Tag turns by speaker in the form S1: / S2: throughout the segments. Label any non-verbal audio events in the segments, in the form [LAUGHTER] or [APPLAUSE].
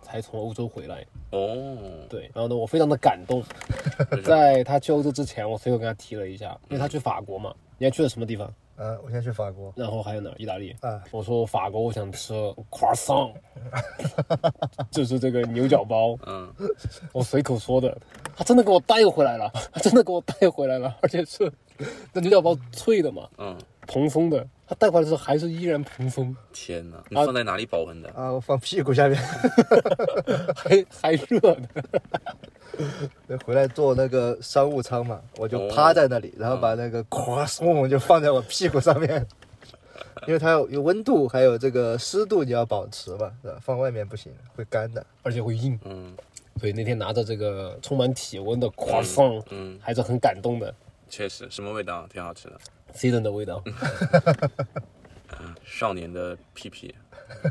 S1: 才从欧洲回来。
S2: 哦，
S1: 对，然后呢，我非常的感动，在他去欧洲之前，我随口跟他提了一下，因为他去法国嘛。你还去了什么地方？
S3: 呃，我现在去法国，
S1: 然后还有哪儿？意大利。
S3: 啊
S1: 我说法国，我想吃 croissant，就是这个牛角包。
S2: 嗯，
S1: 我随口说的，他真的给我带回来了，他真的给我带回来了，而且是那牛角包脆的嘛，
S2: 嗯，
S1: 蓬松的。他带回来的时候还是依然蓬松， [LAUGHS]
S2: 天哪，你放在哪里保温的？
S3: 啊，我放屁股下面，
S1: 还还热的。
S3: [LAUGHS] 回来坐那个商务舱嘛，我就
S2: 哦
S3: 趴在那里，然后把那个咵送就放在我屁股上 [LAUGHS] 面，因为它有有温度，还有这个湿度，你要保持嘛，是吧？放外面不行，会干的。
S1: 而且会硬，
S2: 嗯
S1: 所以那天拿着这个充满体温的 croissant，
S2: 嗯，
S1: 还是很感动的
S2: 确实，什么味道？挺好吃的。
S1: ，season 的味
S2: 嗯
S1: 道。
S2: 少年的屁屁，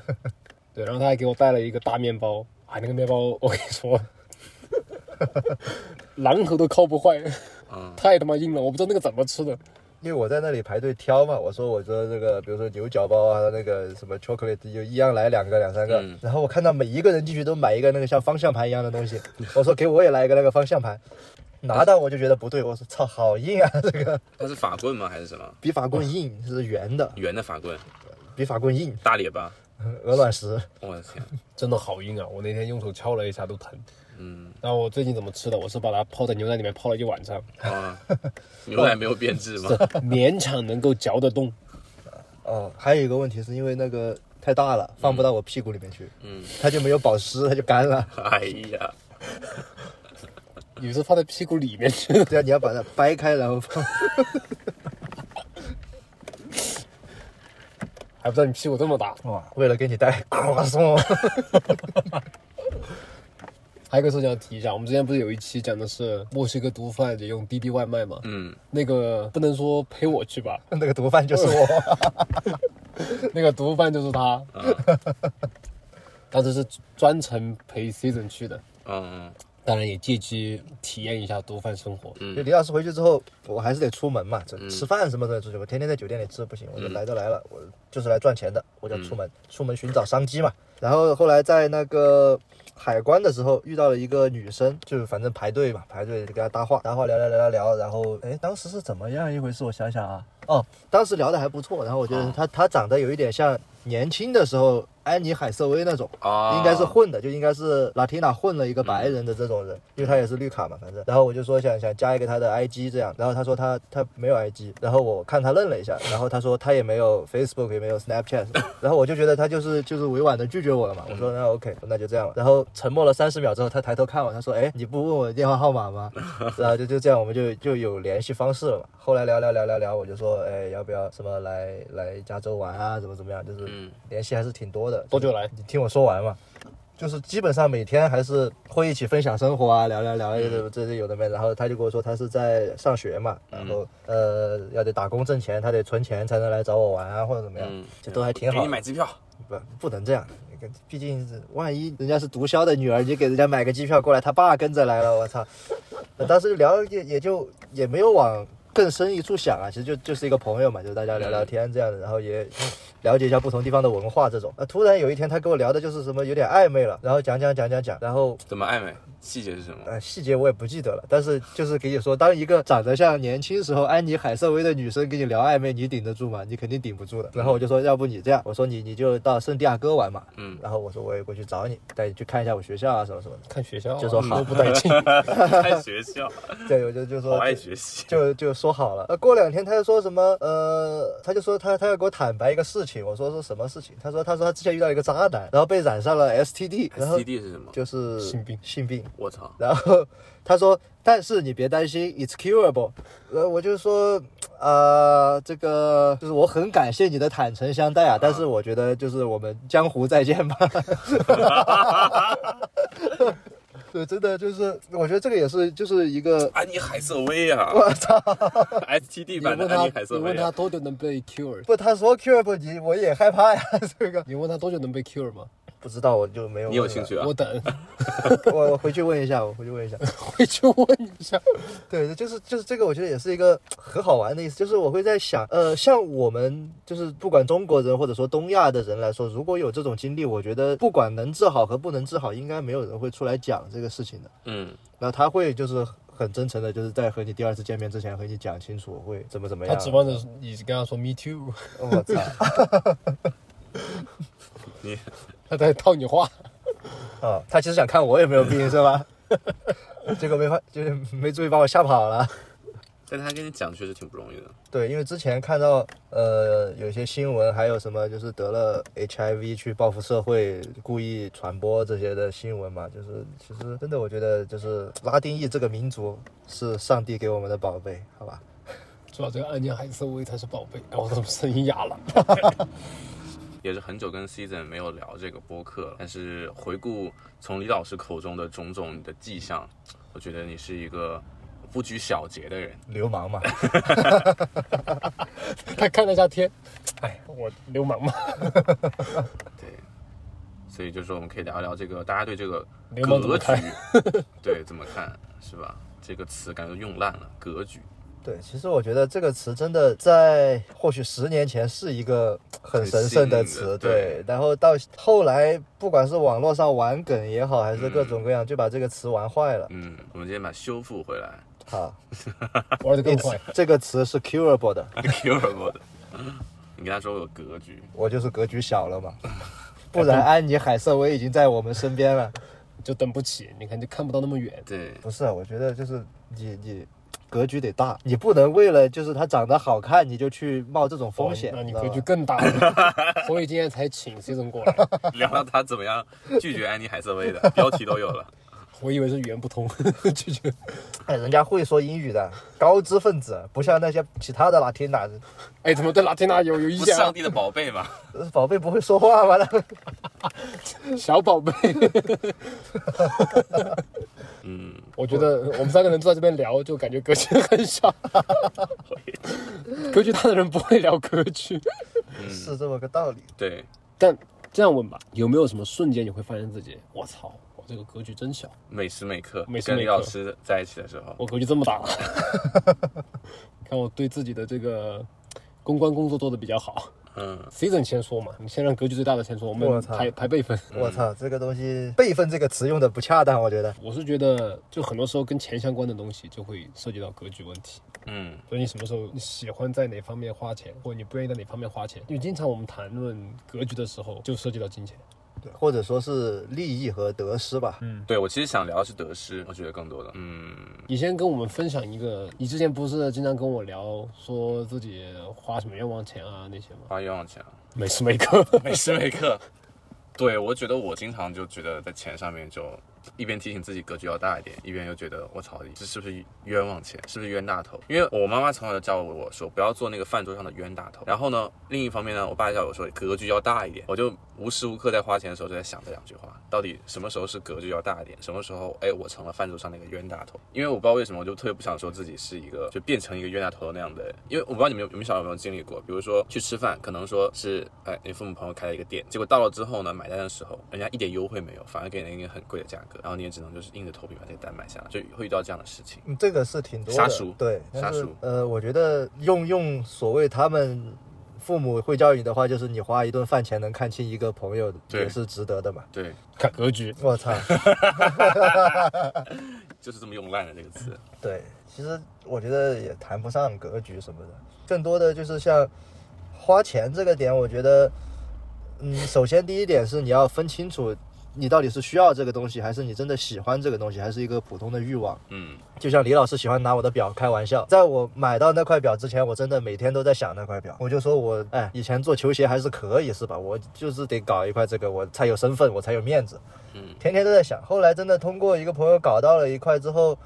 S1: [LAUGHS] 对，然后他还给我带了一个大面包，啊，那个面包我跟你说，榔头都敲不坏，
S2: 嗯
S1: 太他妈硬了，我不知道那个怎么吃的。
S3: 因为我在那里排队挑嘛，我说我说这个，比如说牛角包啊，那个什么 chocolate 就一样来两个两三个，
S2: 嗯
S3: 然后我看到每一个人进去都买一个那个像方向盘一样的东西，我说给我也来一个那个方向盘，拿到我就觉得不对，我说操好硬啊，这个
S2: 它是法棍吗？还是什么
S3: 比法棍硬是圆的，
S2: 圆的法棍？
S3: 比法棍硬，
S2: 大列巴？
S3: 鹅卵石，
S2: 我的天，
S1: 真的好硬啊！我那天用手敲了一下都疼。
S2: 嗯
S1: 然后我最近怎么吃的？我是把它泡在牛奶里面泡了一晚上， [LAUGHS]
S2: 啊，牛奶没有变
S3: [LAUGHS]
S2: 质吗？
S1: 勉强能够嚼得动。
S3: 哦，还有一个问题是因为那个太大了，放不到我屁股里面去，
S2: 嗯，
S3: 它就没有保湿，它就干了，
S2: 哎呀，
S1: 有时候放在屁股里面去，
S3: 对啊，你要把它掰开然后放，
S1: 还不知道你屁股这么大。
S3: 哇，为了给你带 [COUGHS] 夸送，
S1: 还有一个事情要提一下，我们之前不是有一期讲的是墨西哥毒贩也用滴滴外卖吗？
S2: 嗯，
S1: 那个不能说陪我去吧，
S3: 那个毒贩就是我，
S1: 那个毒贩就是他，
S2: 啊
S1: [LAUGHS] 当时是专程陪 Season 去的，
S2: 嗯
S1: 当然也借机体验一下毒贩生活。
S3: 就李老师回去之后，我还是得出门嘛，这吃饭什么的出去，我天天在酒店里吃不行，我就来都来了，我就是来赚钱的，我就出门，出门寻找商机嘛。然后后来在那个海关的时候遇到了一个女生，就是反正排队嘛，排队就跟她搭话，搭话聊聊聊聊聊，然后哎，当时是怎么样一回事？我想想啊，哦，当时聊的还不错，然后我觉得她她长得有一点像年轻的时候安妮海瑟薇那种，
S2: 啊，
S3: 应该是混的，就应该是 Latina 混了一个白人的这种人，因为他也是绿卡嘛，反正。然后我就说想想加一个他的 IG 这样，然后他说他他没有 IG，然后我看他愣了一下，然后他说他也没有 Facebook 也没有 Snapchat，然后我就觉得他就是就是委婉的拒绝我了嘛，我
S1: 嗯
S3: 说那 OK 那就这样了。然后沉默了三十秒之后，他抬头看我，他说哎你不问我电话号
S1: [LAUGHS]
S3: 码吗？然后就就这样我们就就有联系方式了嘛。后来聊聊聊聊聊，我就说哎要不要什么来来加州玩啊，怎么怎么样，就是
S2: 嗯
S3: 联系还是挺多的。
S1: 多久来？
S3: 你听我说完嘛，就是基本上每天还是会一起分享生活啊，聊聊聊这这些有的没的。然后他就跟我说他是在上学嘛，然后呃要得打工挣钱，他得存钱才能来找我玩啊，或者怎么样
S2: 嗯，
S3: 这都还挺
S2: 给
S3: 好
S2: 你。买支票，
S3: 不不能这样，毕竟是万一人家是毒枭的女儿，你给人家买个机票过来，他爸跟着来了，我操！ [LAUGHS] 呃当时就聊也也就也没有往更深一处想啊，其实就就是一个朋友嘛，就大家聊聊天这样的，然后也了解一下不同地方的文化这种。啊，突然有一天他跟我聊的就是什么有点暧昧了，然后讲讲讲讲讲，然后
S2: 怎么暧昧？细节是什
S3: [LAUGHS]
S2: 么？
S3: 呃，细节我也不记得了，但是就是给你说，当一个长得像年轻时候安妮海瑟薇的女生跟你聊暧昧，你顶得住吗？你肯定顶不住的。然后我就说，要不你这样，我说你你就到圣地亚哥玩嘛，
S2: 嗯，
S3: 然后我说我也过去找你，带你去看一下我学校啊什么什么
S1: 看学校啊、
S3: 就说好
S1: 你都不
S2: [LAUGHS]
S1: 带劲，
S2: 爱学校，
S3: 的。对，我就就
S2: 好
S3: 说
S2: 爱学习，
S3: 就就说好了。呃，过两天他就说什么，呃，他就说他他要给我坦白一个事情，我说是什么事情？他说他说他之前遇到一个渣男，然后被染上了 STD，然后
S2: CD 是什么？
S3: 就是
S1: 性病
S3: 性病，
S2: 我操，
S3: 然后他说：“但是你别担心，it's curable。”呃，我就说，呃，这个就是我很感谢你的坦诚相待啊，但是我觉得就是我们江湖再见吧。 [LAUGHS] 对，真的就是，我觉得这个也是就是一个，
S2: 安妮海瑟薇啊！
S3: 我
S2: [LAUGHS]
S3: 操！
S2: STD
S1: 你
S2: 版
S1: 问
S2: 的安
S1: 他
S2: 妮海，
S1: 你
S2: 瑟薇
S1: 问他
S2: 啊，
S1: 多久能被 cure？
S3: 不，他说 curable，你我也害怕呀，这个。
S2: 啊
S1: 你问他多久能被 cure 吗？
S3: 不知道，我就没有。
S2: 你有兴？趣啊
S1: 我？等， [LAUGHS]
S3: 我我回去问一下，我回去问一下。
S1: 回去问一下。
S3: 对，就是就是这个，我觉得也是一个很好玩的意思，就是我会在想，呃，像我们就是不管中国人或者说东亚的人来说，如果有这种经历，我觉得不管能治好和不能治好，应该没有人会出来讲这个事情的。
S2: 嗯，
S3: 那他会就是很真诚的，就是在和你第二次见面之前和你讲清楚我会怎么怎么
S1: 他
S2: 啊
S3: 样。
S1: 指望着你跟他说 “me too”，
S3: 我操
S2: 你
S1: 他在套你话。
S3: 啊！他其实想看我有没有病是吧？ [LAUGHS] 结果没发，就是没注意把我吓跑了。
S2: 但他跟你讲确实挺不容易的。
S3: 对，因为之前看到呃有些新闻，还有什么就是得了 HIV 去报复社会、故意传播这些的新闻嘛，就是其实真的我觉得就是拉丁裔这个民族是上帝给我们的宝贝，好吧？
S1: 主要这个案件还是我以为他是宝贝，然后怎么声音哑了？ [LAUGHS]
S2: 也是很久跟 Season 没有聊这个播客了，但是回顾从李老师口中的种种你的迹象，我觉得你是一个不拘小节的人。
S3: 流氓嘛，
S1: 他看了一下天，哎，我流氓嘛，
S2: 对，所以就是我们可以聊一聊这个大家对这个
S1: 流氓怎
S2: 格
S1: 么
S2: 局
S1: 看，
S2: [LAUGHS] 对怎么看是吧？这个词感觉用烂了，格局。
S3: 对，其实我觉得这个词真的在或许十年前是一个很神圣的
S2: 很新颖
S3: 词，
S2: 的
S3: 对。然后到后来，不管是网络上玩梗也好，还是各种各样，就把这个词玩坏了。
S2: 嗯，我们今天把它修复回来
S3: 好，
S1: 玩的更坏。
S3: 这个词是 curable 的，
S2: ，curable 的。你跟他说我有格局，
S3: 我就是格局小
S1: [LAUGHS]
S3: 了嘛。不然安妮海瑟薇已经在我们身边了。
S1: 就等不起，你看就看不到那么远。
S2: 对，
S3: 不是啊，我觉得就是你你格局得大，你不能为了就是她长得好看，你就去冒这种风险。
S1: 哦那你
S3: 知道
S1: 格局
S3: 吧
S1: 更大
S3: [LAUGHS]
S1: 了。所以今天才请 season 过来，
S2: 聊聊他怎么样拒绝安妮海瑟薇的，标题都有了。
S1: 我以为是语言不通，拒绝。
S3: 哎，人家会说英语的高知分子，不像那些其他的拉丁男。
S1: 哎，怎么对拉丁娜有有意
S2: 不是
S1: 见啊
S2: 上？帝的宝贝嘛？
S3: 呃宝贝不会说话吗？
S1: 小宝
S3: [LAUGHS]
S1: 贝，
S2: [LAUGHS] 嗯，
S1: 我觉得我们三个人坐在这边聊，就感觉格局很小。 [LAUGHS] 格局大的人不会聊格局。嗯
S3: 是这么个道理。
S2: 对，
S1: 但这样问吧，有没有什么瞬间你会发现自己，我操，我这个格局真小，
S2: 每时每刻
S1: 每时
S2: 跟
S1: 每
S2: 李
S1: 刻
S2: 老师在一起的时候，
S1: 我格局这么
S3: [LAUGHS]
S1: 大了。看我对自己的这个公关工作做得比较好。
S2: 嗯，
S1: season 先说嘛，你先让格局最大的先说，我
S3: 我
S1: 们
S3: 操
S1: 排排辈分。 [LAUGHS]
S3: 我操，这个东西“辈分”这个词用的不恰当，我觉得。
S1: 我是觉得，就很多时候跟钱相关的东西就会涉及到格局问题。
S2: 嗯，
S1: 所以你什么时候你喜欢在哪方面花钱，或者你不愿意在哪方面花钱？因为经常我们谈论格局的时候，就涉及到金钱。
S3: 对，或者说是利益和得失吧。
S2: 对我其实想聊的是得失，我觉得更多的，嗯，
S1: 你先跟我们分享一个，你之前不是经常跟我聊说自己花什么冤枉钱啊那些吗？
S2: 花冤枉钱，
S1: 每时每刻，
S2: [LAUGHS] 每时每刻。对，我觉得我经常就觉得在钱上面就一边提醒自己格局要大一点，一边又觉得我操，这是不是冤枉钱？是不是冤大头？因为我妈妈从小就教我说不要做那个饭桌上的冤大头。然后呢，另一方面呢，我爸教我说格局要大一点。我就无时无刻在花钱的时候就在想这两句话，到底什么时候是格局要大一点，什么时候哎我成了饭桌上那个冤大头？因为我不知道为什么，我就特别不想说自己是一个就变成一个冤大头的那样的人。因为我不知道你们有你们小时候有没有经历过，比如说去吃饭，可能说是哎你父母朋友开了一个店，结果到了之后呢，买单的时候人家一点优惠没有，反而给了一个很贵的价格，然后你也只能就是硬着头皮把这个单买下来，就会遇到这样的事情。
S3: 嗯，这个是挺多的。
S2: 杀熟
S3: 对，但
S2: 杀
S3: 是
S2: 熟
S3: 呃，我觉得用用所谓他们父母会教育你的话，就是你花一顿饭钱能看清一个朋友，
S2: 对
S3: 也是值得
S2: [LAUGHS]
S3: 的嘛。
S2: 对，
S1: [LAUGHS] 看格局。
S3: 我操，
S2: 就是这么用烂的这个
S3: [LAUGHS]
S2: 词。
S3: 对，其实我觉得也谈不上格局什么的，更多的就是像花钱这个点，我觉得，嗯，首先第一点是你要分清楚你到底是需要这个东西，还是你真的喜欢这个东西，还是一个普通的欲望。
S2: 嗯，
S3: 就像李老师喜欢拿我的表开玩笑，在我买到那块表之前，我真的每天都在想那块表。我就说我哎，以前做球鞋还是可以是吧？我就是得搞一块这个，我才有身份，我才有面子。
S2: 嗯，
S3: 天天都在想。后来真的通过一个朋友搞到了一块之后，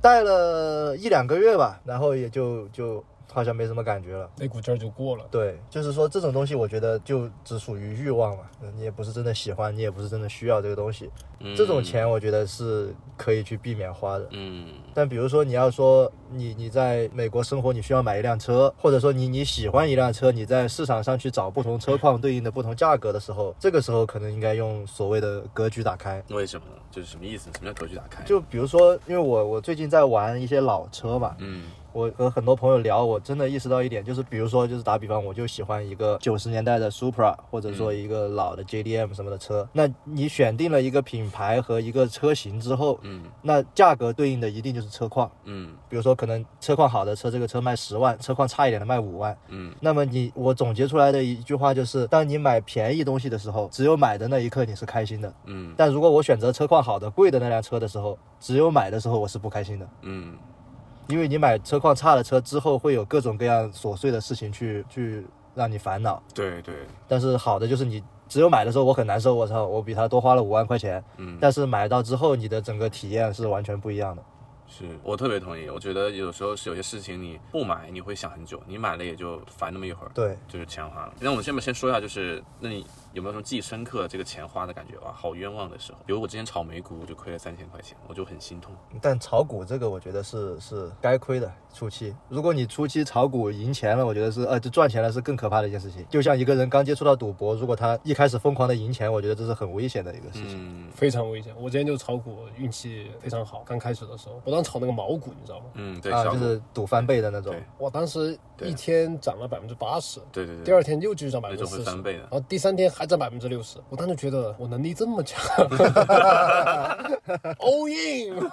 S3: 戴了一两个月吧，然后也就就好像没什么感觉了。
S1: 那股劲儿就过了。
S3: 对，就是说这种东西，我觉得就只属于欲望嘛，嗯你也不是真的喜欢，你也不是真的需要这个东西。这种钱，我觉得是可以去避免花的。
S2: 嗯，
S3: 但比如说你要说你你在美国生活，你需要买一辆车，或者说你你喜欢一辆车，你在市场上去找不同车况对应的不同价格的时候，这个时候可能应该用所谓的格局打开。
S2: 嗯，为什么呢？就是什么意思？什么叫格局打开？
S3: 就比如说，因为我我最近在玩一些老车嘛，
S2: 嗯
S3: 我和很多朋友聊，我真的意识到一点，就是比如说，就是打比方，我就喜欢一个九十年代的 Supra，或者说一个老的 JDM 什么的车。那你选定了一个品牌和一个车型之后，
S2: 嗯
S3: 那价格对应的一定就是车况。
S2: 嗯
S3: 比如说，可能车况好的车，这个车卖十万；车况差一点的卖五万。
S2: 嗯
S3: 那么你我总结出来的一句话就是：当你买便宜东西的时候，只有买的那一刻你是开心的；
S2: 嗯
S3: 但如果我选择车况好的、贵的那辆车的时候，只有买的时候我是不开心的。
S2: 嗯
S3: 因为你买车况差的车之后，会有各种各样琐碎的事情去去让你烦恼。
S2: 对对，
S3: 但是好的就是你只有买的时候我很难受，我操，我比他多花了五万块钱。
S2: 嗯
S3: 但是买到之后，你的整个体验是完全不一样的。
S2: 是我特别同意。我觉得有时候是有些事情你不买你会想很久，你买了也就烦那么一会儿，
S3: 对，
S2: 就是钱花了。那我们这边先说一下，就是那你有没有什么记忆深刻这个钱花的感觉？哇，好冤枉的时候。比如我之前炒美股，我就亏了三千块钱，我就很心痛。
S3: 但炒股这个我觉得是是该亏的初期。如果你初期炒股赢钱了，我觉得是呃就赚钱了是更可怕的一件事情。就像一个人刚接触到赌博，如果他一开始疯狂的赢钱，我觉得这是很危险的一个事情。
S2: 嗯
S1: 非常危险！我之前就炒股，运气非常好。刚开始的时候，我当时炒那个毛股，你知道吗？
S2: 嗯，对，
S3: 啊，
S2: 小
S3: 就
S2: 股
S3: 是赌翻倍的那种
S2: 对。
S1: 我当时
S2: 对
S1: 一天涨了百分之八十，
S2: 对对对，
S1: 第二天又继续涨百
S2: 那
S1: 分之
S2: 种
S1: 四
S2: 会
S1: 十，
S2: 翻倍的
S1: 然后第三天还涨百分之六十。我当时觉得我能力这么强
S2: [LAUGHS]
S1: ，all in，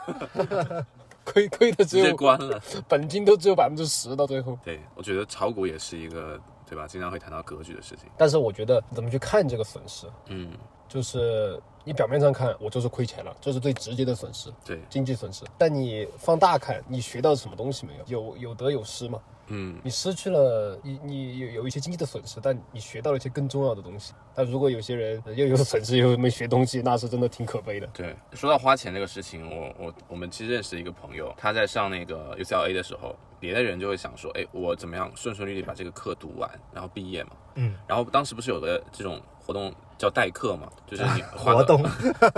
S1: 亏 [LAUGHS] 亏的只
S2: 直接
S1: 有
S2: 关了。
S1: 本金都只有百分之十，到最后。
S2: 对，我觉得炒股也是一个对吧？经常会谈到格局的事情。
S1: 但是我觉得怎么去看这个损失，
S2: 嗯，
S1: 就是你表面上看我就是亏钱了，这是最直接的损失，
S2: 对，
S1: 经济损失。但你放大看，你学到什么东西没有？有有得有失嘛？
S2: 嗯
S1: 你失去了，你你有有一些经济的损失，但你学到了一些更重要的东西。但如果有些人呃又有损失又没学东西，那是真的挺可悲的。
S2: 对，说到花钱这个事情，我我我们其实认识一个朋友，他在上那个 UCLA 的时候，别的人就会想说，哎，我怎么样顺顺利利把这个课读完，然后毕业嘛。
S3: 嗯，
S2: 然后当时不是有个这种活动叫代课嘛，就是你花
S3: [LAUGHS] 活
S2: 个，
S3: 动
S2: [LAUGHS]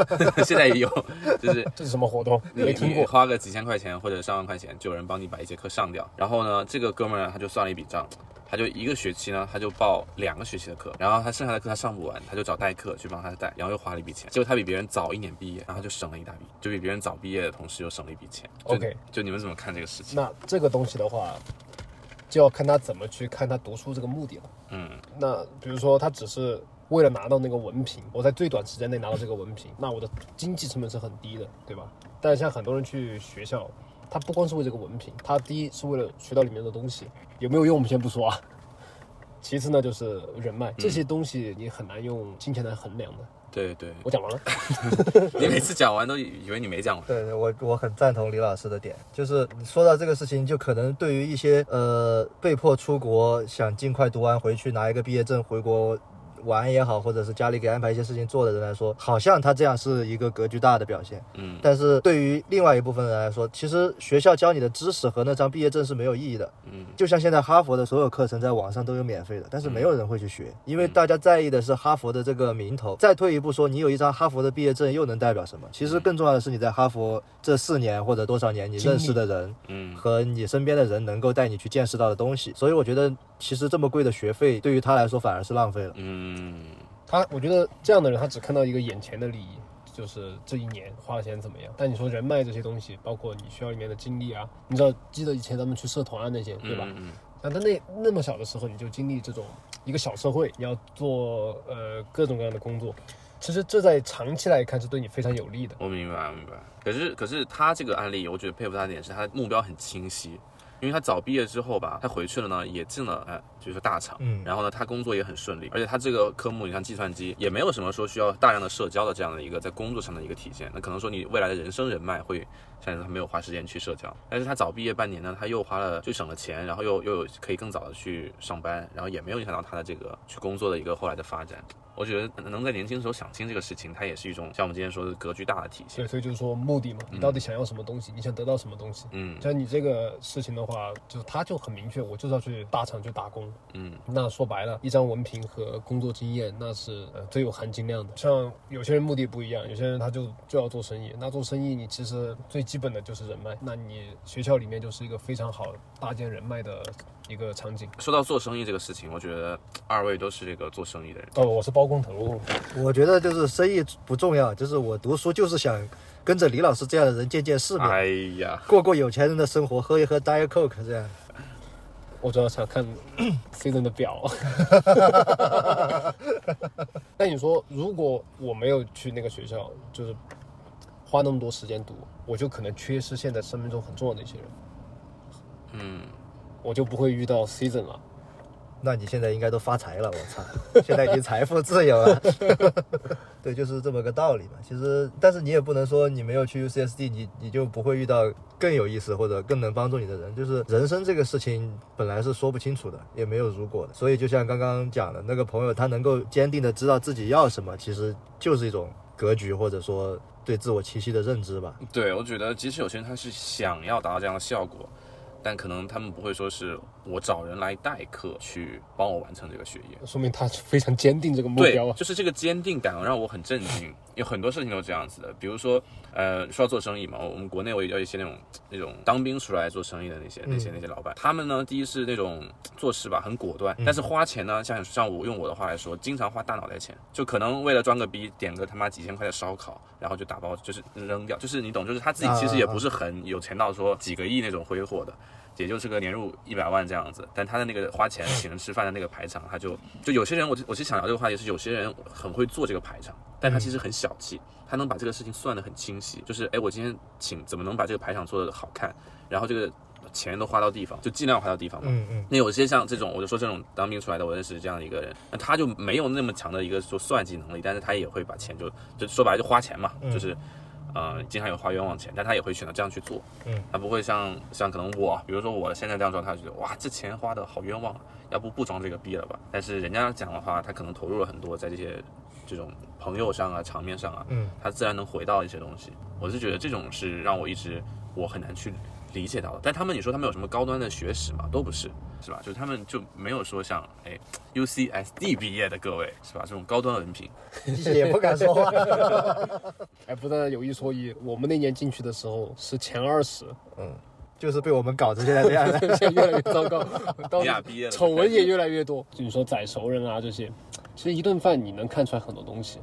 S2: 现在也有，就是
S1: 这是什么活动？
S2: 你
S1: 没听
S2: 你
S1: 过。
S2: 花个几千块钱或者上万块钱，就有人帮你把一节课上掉。然后呢，这个哥们儿呢他就算了一笔账，他就一个学期呢，他就报两个学期的课，然后他剩下的课他上不完，他就找代课去帮他代，然后又花了一笔钱。结果他比别人早一年毕业，然后他就省了一大笔，就比别人早毕业的同时又省了一笔钱。就
S1: OK
S2: 就你们怎么看这个事情？
S1: 那这个东西的话，就要看他怎么去看他读书这个目的了。
S2: 嗯
S1: 那比如说他只是为了拿到那个文凭，我在最短时间内拿到这个文凭，那我的经济成本是很低的，对吧？但像很多人去学校，他不光是为这个文凭，他第一是为了学到里面的东西，有没有用我们先不说啊。其次呢，就是人脉这些东西，你很难用金钱来衡量的。
S2: 对对，
S1: 我讲完了，
S2: 你每次讲完都以以为你没讲完。
S3: 对对，我我很赞同李老师的点，就是说到这个事情，就可能对于一些呃被迫出国，想尽快读完回去拿一个毕业证回国玩也好，或者是家里给安排一些事情做的人来说，好像他这样是一个格局大的表现。
S2: 嗯
S3: 但是对于另外一部分人来说，其实学校教你的知识和那张毕业证是没有意义的。
S2: 嗯，
S3: 就像现在哈佛的所有课程在网上都有免费的，但是没有人会去学，因为大家在意的是哈佛的这个名头。再退一步说，你有一张哈佛的毕业证又能代表什
S2: 嗯
S3: 么？其实更重要的是你在哈佛这四年或者多少年你认识的人，
S2: 嗯
S3: 和你身边的人能够带你去见识到的东西。所以我觉得，其实这么贵的学费对于他来说反而是浪费了。
S2: 嗯
S1: 他我觉得这样的人，他只看到一个眼前的利益，就是这一年花的钱怎么样。但你说人脉这些东西，包括你学校里面的经历啊，你知道记得以前咱们去社团啊那些，对吧？
S2: 嗯嗯
S1: 那他那那么小的时候，你就经历这种一个小社会，你要做呃各种各样的工作，其实这在长期来看是对你非常有利的。
S2: 我明白，我明白。可是，可是他这个案例，我觉得佩服他的点是，他的目标很清晰。因为他早毕业之后吧，他回去了呢，也进了哎就是大厂，
S3: 嗯
S2: 然后呢，他工作也很顺利，而且他这个科目，你像计算机，也没有什么说需要大量的社交的这样的一个在工作上的一个体现。那可能说你未来的人生人脉会，像你说他没有花时间去社交，但是他早毕业半年呢，他又花了就省了钱，然后又又有可以更早的去上班，然后也没有影响到他的这个去工作的一个后来的发展。我觉得能在年轻的时候想清这个事情，它也是一种像我们今天说的格局大的体
S1: 对，
S2: 现。
S1: 所以就是说目的嘛，你到底想要什么东西，你想得到什么东西。
S2: 嗯
S1: 像你这个事情的话，就他就很明确，我就是要去大厂去打工。
S2: 嗯，
S1: 那说白了，一张文凭和工作经验那是呃最有含金量的。像有些人目的不一样，有些人他就就要做生意。那做生意，你其实最基本的就是人脉。那你学校里面就是一个非常好搭建人脉的一个场景。
S2: 说到做生意这个事情，我觉得二位都是这个做生意的人。
S1: 哦，我是包工头。
S2: 嗯
S3: 我觉得就是生意不重要，就是我读书就是想跟着李老师这样的人见见世面，
S2: 哎呀，
S3: 过过有钱人的生活，喝一喝 Diet Coke 这样。
S1: 我主要想看 [COUGHS] Season 的表。那你说，如果我没有去那个学校，就是花那么多时间读，我就可能缺失现在生命中很重要的一些人，
S2: 嗯，
S1: 我就不会遇到 Season 了。
S3: 那你现在应该都发财了，我操！现在已经财富自由了。 [LAUGHS] 对，就是这么个道理嘛。其实，但是你也不能说你没有去 UCSD，你你就不会遇到更有意思或者更能帮助你的人。就是人生这个事情本来是说不清楚的，也没有如果的。所以，就像刚刚讲的那个朋友，他能够坚定的知道自己要什么，其实就是一种格局或者说对自我清晰的认知吧。
S2: 对，我觉得即使有些人他是想要达到这样的效果，但可能他们不会说是我找人来代课去帮我完成这个学业。
S1: 说明他非常坚定这个目
S2: 对
S1: 标，啊。
S2: 就是这个坚定感让我很震惊。有很多事情都这样子的，比如说，呃，说到做生意嘛，我们国内我也有一些那种那种当兵出来做生意的那些那些
S1: 嗯
S2: 那些老板，他们呢，第一是那种做事吧很果断，
S1: 嗯
S2: 但是花钱呢，像像我用我的话来说，经常花大脑袋钱，就可能为了装个逼，点个他妈几千块的烧烤，然后就打包就是扔掉，就是你懂，就是他自己其实也不是很有钱到说几个亿那种挥霍的。也就是个年入一百万这样子，但他的那个花钱请人吃饭的那个排场，他就就有些人，我就我其实想聊这个话题是，有些人很会做这个排场，但他其实很小气，他能把这个事情算得很清晰，就是哎，我今天请怎么能把这个排场做得好看，然后这个钱都花到地方，就尽量花到地方嘛。
S3: 嗯嗯。
S2: 那有些像这种，我就说这种当兵出来的，我认识这样的一个人，那他就没有那么强的一个说算计能力，但是他也会把钱就就说白了就花钱嘛，就是，呃，经常有花冤枉钱，但他也会选择这样去做，
S3: 嗯，
S2: 他不会像像可能我，比如说我现在这样状态，就觉得哇，这钱花的好冤枉，啊，要不不装这个逼了吧？但是人家讲的话，他可能投入了很多在这些这种朋友上啊、场面上啊，
S3: 嗯，
S2: 他自然能回到一些东西。我是觉得这种是让我一直我很难去理解到的。但他们你说他们有什么高端的学识嘛？都不是，是吧？就是他们就没有说像哎 UCSD 毕业的各位是吧？这种高端文凭，
S3: 也不敢说话。 [LAUGHS]
S1: 哎，不但有一说一，我们那年进去的时候是前二十，
S3: 嗯，就是被我们搞成现在这样的。
S1: 现在越来越糟
S2: [LAUGHS]
S1: 糕，到
S2: 你俩毕业了
S1: 丑闻也越来越多。就你说宰熟人啊这些，其实一顿饭你能看出来很多东西，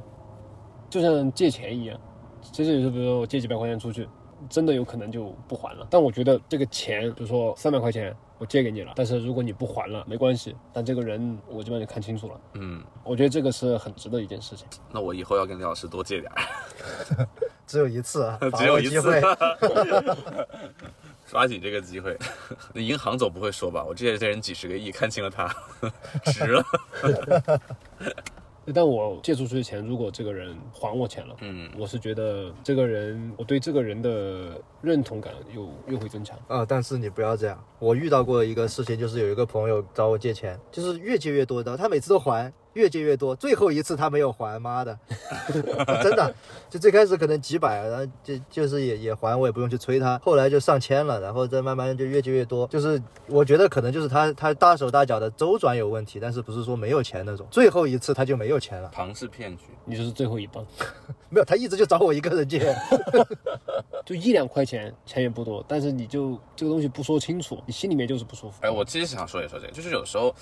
S1: 就像借钱一样，其实就是比如说我借几百块钱出去，真的有可能就不还了。但我觉得这个钱，比如说三百块钱我借给你了，但是如果你不还了没关系，但这个人我基本上就看清楚了。
S2: 嗯，
S1: 我觉得这个是很值得一件事情。
S2: 那我以后要跟李老师多借点儿，
S3: 只有一次啊，把
S2: [LAUGHS] 只有
S3: 握
S2: 一
S3: 机
S2: 次
S3: 会。，
S2: [LAUGHS] 抓紧这个机会。 [LAUGHS] 那银行总不会说吧？我借这人几十个亿，看清了他， [LAUGHS] 值了。
S1: 但我借出去的钱，如果这个人还我钱了，
S2: 嗯，
S1: 我是觉得这个人，我对这个人的认同感又又会增强。
S3: 啊、但是你不要这样。我遇到过一个事情，就是有一个朋友找我借钱，就是越借越多，然后他每次都还，越借越多，最后一次他没有还，妈的， [LAUGHS] 真的，就最开始可能几百，然后就就是也也还，我也不用去催他，后来就上千了，然后再慢慢就越借越多，就是我觉得可能就是他他大手大脚的周转有问题，但是不是说没有钱那种，最后一次他就没有钱了，
S2: 庞氏骗局。
S1: 你就是最后一棒，
S3: 没有，他一直就找我一个人借， [LAUGHS]
S1: 就一两块钱，钱也不多，但是你就这个东西不说清
S2: 哎
S1: 楚，你心里面就是不舒服。
S2: 哎，我其实想说一说这个，就是有时候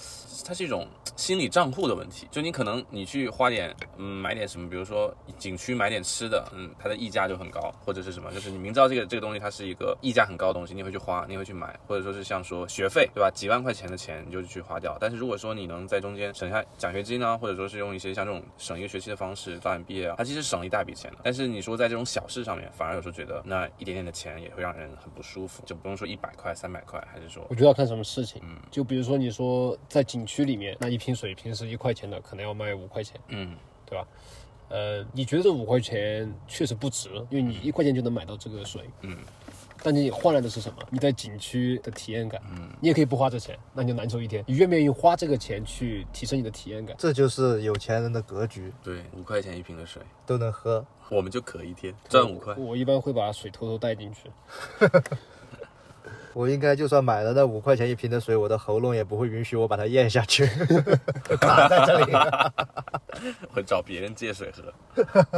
S2: 它是一种心理账户的问题。体。就你可能你去花点，嗯，买点什么，比如说景区买点吃的，嗯，它的溢价就很高，或者是什么，就是你明知道这个这个东西它是一个溢价很高的东西，你会去花，你会去买，或者说是像说学费，对吧？几万块钱的钱你就去花掉。但是如果说你能在中间省下奖学金啊，或者说是用一些像这种省一个学期的方式早点毕业啊，它其实省一大笔钱的。但是你说在这种小事上面，反而有时候觉得那一点点的钱也会让人很不舒服，就不用说一百块、三百块，还是说
S1: 我觉得要看什么事情，
S2: 嗯
S1: 就比如说你说在景区里面，那一瓶水平时一块钱的，可能要卖五块钱，
S2: 嗯，
S1: 对吧？呃，你觉得这五块钱确实不值，因为你一块钱就能买到这个水，
S2: 嗯，
S1: 但你换来的是什么？你在景区的体验感，嗯，你也可以不花这钱，那你就难受一天。你愿不愿意花这个钱去提升你的体验感？
S3: 这就是有钱人的格局，
S2: 对，五块钱一瓶的水，
S3: 都能喝。
S2: 我们就渴一天，赚五块。
S1: 我一般会把水偷偷带进去，
S3: 我应该就算买了那五块钱一瓶的水，我的喉咙也不会允许我把它咽下去， [LAUGHS] 卡在这里。
S2: 会找别人借水喝。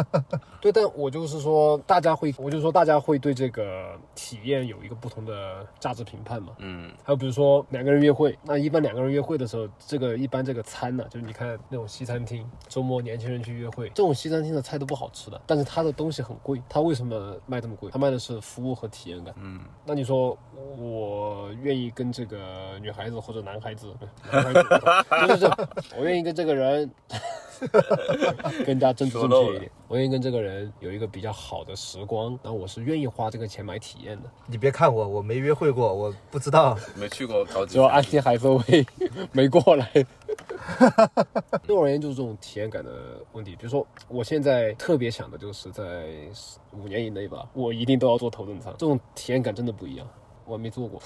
S1: 对，但我就是说，大家会，我就说大家会对这个体验有一个不同的价值评判嘛。
S2: 嗯，
S1: 还有比如说两个人约会，那一般两个人约会的时候，这个一般这个餐呢、就是你看那种西餐厅，周末年轻人去约会，这种西餐厅的菜都不好吃的，但是它的东西很贵，它为什么卖这么贵？它卖的是服务和体验感。嗯，那你说我愿意跟这个女孩子或者男孩子，男孩子就是这，我愿意跟这个人 [LAUGHS] 更加真知
S2: 说
S1: 正
S2: 漏
S1: 确一
S2: 了
S1: 点，我愿意跟这个人有一个比较好的时光，那我是愿意花这个钱买体验的。
S3: 你别看我，我没约会过，我不
S2: [LAUGHS]
S3: 知道。
S2: 没去过高级
S1: 只有安迪海瑟薇没过来。 [LAUGHS] 对我而言，就是这种体验感的问题。比如说，我现在特别想的就是在五年以内吧，我一定都要坐头等舱。这种体验感真的不一样，我还没坐过。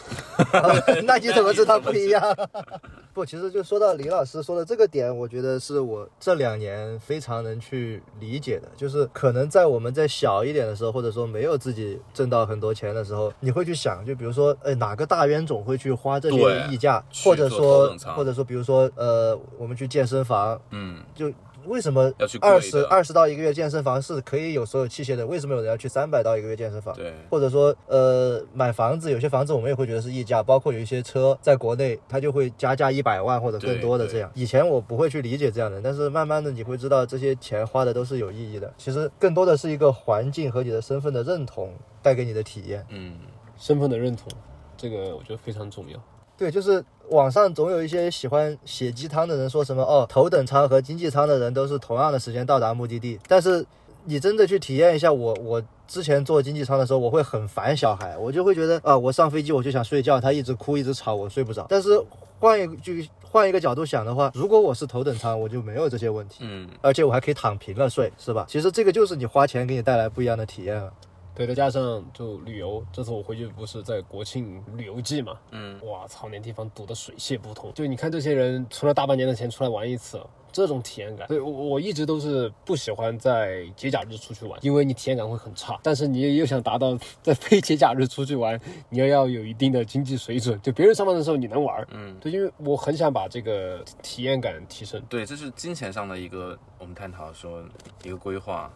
S3: 那你怎么知道不一样？ [LAUGHS] 不，其实就说到林老师说的这个点，我觉得是我这两年非常能去理解的，就是可能在我们在小一点的时候，或者说没有自己挣到很多钱的时候，你会去想，就比如说，哎，哪个大冤种会去花这些
S2: 对
S3: 溢价，
S2: 去
S3: 或者
S2: 做头
S3: 说
S2: 等，舱
S3: 或者说，比如说，呃，我们去健身房，
S2: 嗯，
S3: 就为什么
S2: 要去贵
S3: 二
S2: 的
S3: 十二十到一个月健身房是可以有所有器械的，为什么有人要去三百到一个月健身房？
S2: 对
S3: 或者说呃买房子，有些房子我们也会觉得是溢价，包括有一些车在国内它就会加价一百万或者更多的
S2: 对对
S3: 这样。以前我不会去理解这样的，但是慢慢的你会知道这些钱花的都是有意义的。其实更多的是一个环境和你的身份的认同带给你的体验。
S2: 嗯，
S1: 身份的认同，这个我觉得非常重要。
S3: 对，就是网上总有一些喜欢写鸡汤的人说什么哦，头等舱和经济舱的人都是同样的时间到达目的地，但是你真的去体验一下我，我之前坐经济舱的时候，我会很烦小孩，我就会觉得啊，我上飞机我就想睡觉，他一直哭一直吵，我睡不着。但是换一句换一个角度想的话，如果我是头等舱，我就没有这些问题，
S2: 嗯，
S3: 而且我还可以躺平了睡，是吧？其实这个就是你花钱给你带来不一样的体验啊了。
S1: 对，再加上就旅游，这次我回去不是在国庆旅游季嘛，
S2: 嗯，
S1: 哇操，那地方堵得水泄不通。就你看这些人存了大半年的钱出来玩一次，这种体验感，所以我我一直都是不喜欢在节假日出去玩，因为你体验感会很差。但是你又想达到在非节假日出去玩，你又要有一定的经济水准，就别人上班的时候你能玩，嗯，对，因为我很想把这个体验感提升。
S2: 对，这是金钱上的一个我们探讨说一个规划，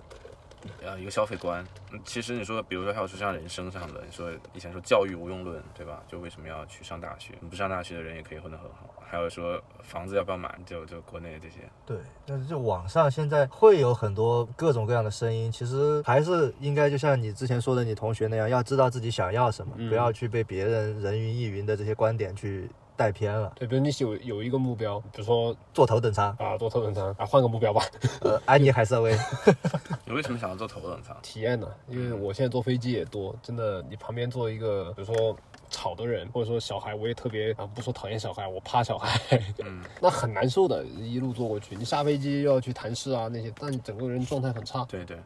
S2: 呃，一个消费观。嗯其实你说，比如说还有说像人生上的，你说以前说教育无用论，对吧？就为什么要去上大学？不上大学的人也可以混得很好。还有说房子要不要买，就就国内这些，
S3: 对，但是就网上现在会有很多各种各样的声音，其实还是应该就像你之前说的，你同学那样，要知道自己想要什么，不要去被别人人云亦云的这些观点去带偏了。
S1: 对，比如你有有一个目标，比如说
S3: 坐头等舱，
S1: 啊，做头等舱啊，换个目标吧，
S3: 呃，安妮海瑟薇， [LAUGHS]
S2: 你为什么想要做头等舱？
S1: 体验呢、因为我现在坐飞机也多，真的，你旁边坐一个，比如说吵的人，或者说小孩，我也特别啊，不说讨厌小孩，我怕小孩， [LAUGHS] 那很难受的，一路坐过去，你下飞机又要去谈事啊那些，但你整个人状态很差。
S2: 对对，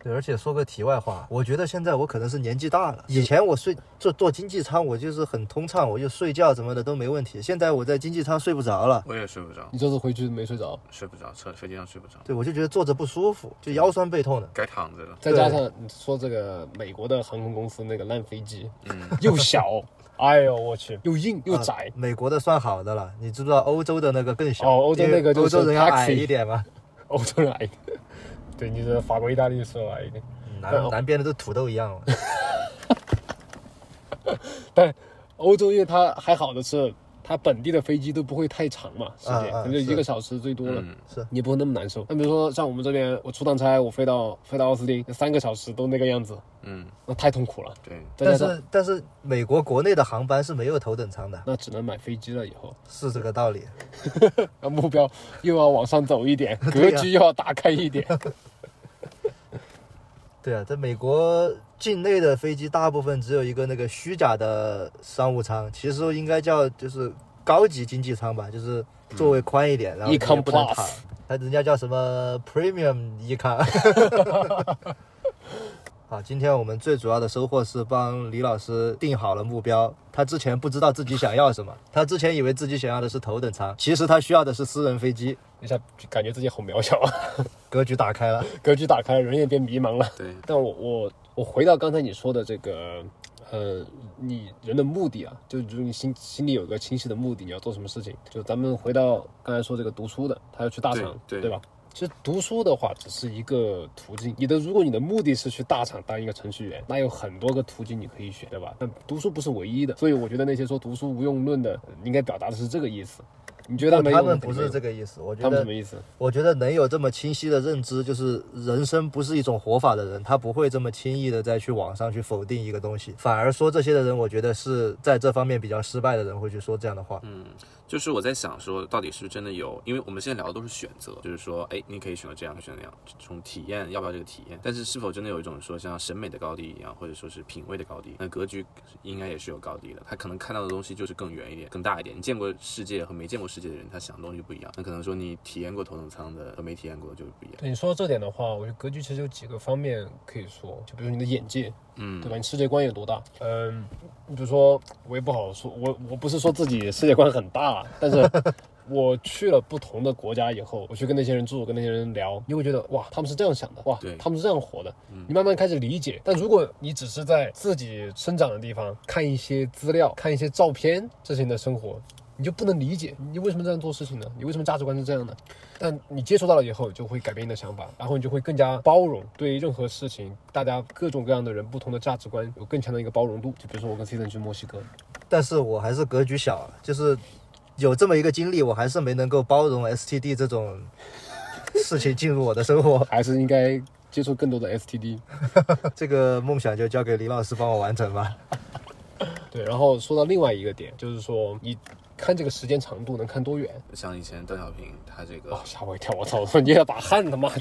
S3: 对，而且说个题外话，我觉得现在我可能是年纪大了。以前我睡坐坐经济舱，我就是很通畅，我就睡觉什么的都没问题。现在我在经济舱睡不着了，
S2: 我也睡不着，
S1: 你这次回去没睡着，
S2: 睡不着，车飞机上睡不着，
S3: 对我就觉得坐着不舒服，就腰酸背痛的。
S2: 该躺着了。
S1: 再加上你说这个美国的航空公司那个烂飞机，又小，哎呦我去，又硬又窄， [LAUGHS]
S3: 啊美国的算好的了，你知不知道欧洲的那个更小？
S1: 哦欧洲那个
S3: 因为
S1: 就
S3: 欧
S1: 是
S3: 洲人要矮
S1: taxi
S3: 一点嘛，
S1: 欧洲人矮一点，对，你这法国、意大利是矮一点。
S3: 嗯
S1: 呃
S3: 南南边的都土豆一样嘛。
S1: 但欧洲因为它还好的是，它本地的飞机都不会太长嘛，时间
S3: 啊啊
S1: 可能就是一个小时最多了。
S2: 嗯
S1: 你也不会那么难受。那比如说像我们这边，我出趟差，我飞到飞到奥斯汀，三个小时都那个样子，
S2: 嗯，
S1: 那太痛苦了。
S2: 对，
S1: 再加
S3: 但
S1: 上
S3: 是但是美国国内的航班是没有头等舱的，
S1: 那只能买飞机了，以后
S3: 是这个道理。
S1: 那目标又要往上走一
S3: [LAUGHS]
S1: 点，格
S3: 对呀
S1: 局又要打开一点。
S3: 对啊，在美国境内的飞机大部分只有一个那个虚假的商务舱，其实应该叫就是高级经济舱吧，就是座位宽一点，然后你
S1: Econ
S3: 也不能
S1: 嗯 Plus
S3: 躺。它人家叫什么 Premium Econ。好，今天我们最主要的收获是帮李老师定好了目标。他之前不知道自己想要什么，他之前以为自己想要的是头等舱，其实他需要的是私人飞机。
S1: 一下感觉自己好渺小啊，
S3: 格局打开了，
S1: 格局打开，人也变迷茫了。
S2: 对，
S1: 但我我我回到刚才你说的这个，呃，你人的目的啊，就如你心心里有个清晰的目的，你要做什么事情。就咱们回到刚才说这个读书的，他要去大厂，
S2: 对对
S1: 吧？其实读书的话只是一个途径，你的如果你的目的是去大厂当一个程序员，那有很多个途径你可以选，对吧？但读书不是唯一的，所以我觉得那些说读书无用论的，呃应该表达的是这个意思。你觉得没有？
S3: 他们不是这
S1: 个，
S3: 个意思。我觉
S1: 他们
S3: 得
S1: 什么意思？
S3: 我觉得能有这么清晰的认知，就是人生不是一种活法的人，他不会这么轻易的再去网上去否定一个东西。反而说这些的人，我觉得是在这方面比较失败的人会去说这样的话。
S2: 就是我在想说，到底是不是真的有？因为我们现在聊的都是选择，就是说，哎，你可以选择这样，选择那样，这种体验要不要这个体验？但是是否真的有一种说像审美的高低一样，或者说是品味的高低？那格局应该也是有高低的，他可能看到的东西就是更远一点、更大一点。你见过世界和没见过世界的人，他想的东西不一样。那可能说你体验过头等舱的和没体验过的就是不一样。
S1: 对你说到这点的话，我觉得格局其实有几个方面可以说，就比如你的眼界，
S2: 嗯
S1: 对吧？你世界观有多大？嗯，你比如说，我也不好说，我我不是说自己世界观很大，但
S2: [LAUGHS]
S1: 是我去了不同的国家以后，我去跟那些人住，跟那些人聊，你会觉得哇，他们是这样想的，哇
S2: 对，嗯
S1: 他们是这样活的，你慢慢开始理解。但如果你只是在自己生长的地方看一些资料、看一些照片，这些人的生活。你就不能理解，你为什么这样做事情呢？你为什么价值观是这样的？但你接触到了以后，就会改变你的想法，然后你就会更加包容对任何事情，大家各种各样的人不同的价值观有更强的一个包容度。就比如说我跟 Season 去墨西哥，
S3: 但是我还是格局小啊，就是有这么一个经历，我还是没能够包容 STD 这种事情进入我的
S1: [LAUGHS]
S3: 生活。
S1: 还是应该接触更多的 STD。
S3: 这个梦想就交给李老师帮我完成吧。
S1: 对，然后说到另外一个点，就是说你看这个时间长度能看多远。 [LAUGHS]
S2: 像以前邓小平他这个
S1: 哦，吓我一跳！我操，捏了把汗，他妈的！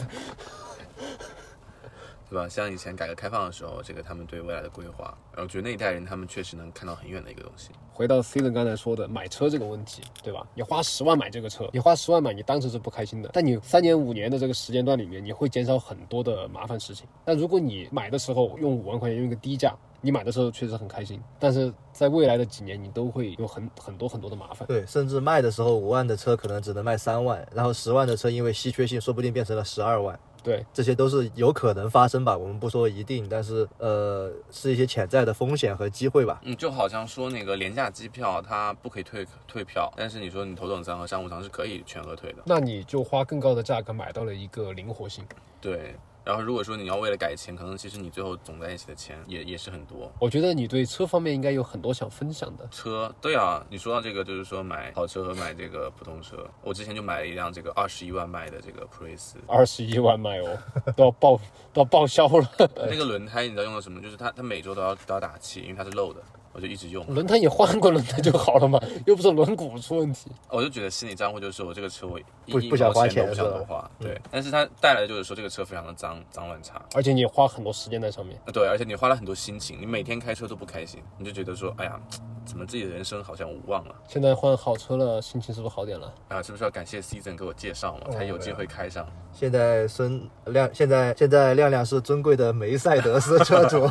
S2: 对吧？像以前改革开放的时候，这个他们对未来的规划，然后我觉得那一代人他们确实能看到很远的一个东西。
S1: 回到 C 的刚才说的买车这个问题，对吧？你花十万买这个车，你花十万买，你当时是不开心的，但你三年五年的这个时间段里面，你会减少很多的麻烦事情。但如果你买的时候用五万块钱，用一个低价，你买的时候确实很开心，但是在未来的几年，你都会有很很多很多的麻烦。
S3: 对，甚至卖的时候五万的车可能只能卖三万，然后十万的车因为稀缺性，说不定变成了十二万。
S1: 对，
S3: 这些都是有可能发生吧，我们不说一定，但是呃，是一些潜在的风险和机会吧。
S2: 嗯，就好像说那个廉价机票它不可以退退票，但是你说你头等舱和商务舱是可以全额退的。
S1: 那你就花更高的价格买到了一个灵活性。
S2: 对，然后如果说你要为了改签，可能其实你最后总在一起的钱也也是很多。
S1: 我觉得你对车方面应该有很多想分享的。
S2: 车，对啊，你说到这个就是说买跑车和买这个普通车，我之前就买了一辆这个二十一万卖的这个普锐斯，
S1: 二十一万卖哦，都要报都要报销了。
S3: 哎
S2: 那个轮胎你知道用的什么？就是它它每周都要都要打气，因为它是漏的，我就一直用。
S1: 轮胎也换过轮胎就好了嘛，又不是轮毂出问题。
S2: 我就觉得心里账户就是我这个车我一
S3: 不
S2: 一
S3: 不想
S2: 毛
S3: 花
S2: 钱都
S3: 钱
S2: 不想
S3: 是吧嗯
S2: 多花，对。但是它带来的就是说这个车非常的脏脏乱差，
S1: 而且你也花很多时间在上面。
S2: 对，而且你花了很多心情，你每天开车都不开心，你就觉得说，哎呀，怎么自己的人生好像无望了？
S1: 现在换好车了，心情是不是好点了？
S2: 啊，是不是要感谢 Season 给我介绍
S1: 哦
S2: 嘛，才有机
S1: 啊
S2: 会开上？
S3: 现在孙亮，现在现在亮亮是尊贵的梅赛德斯车 [LAUGHS] 主，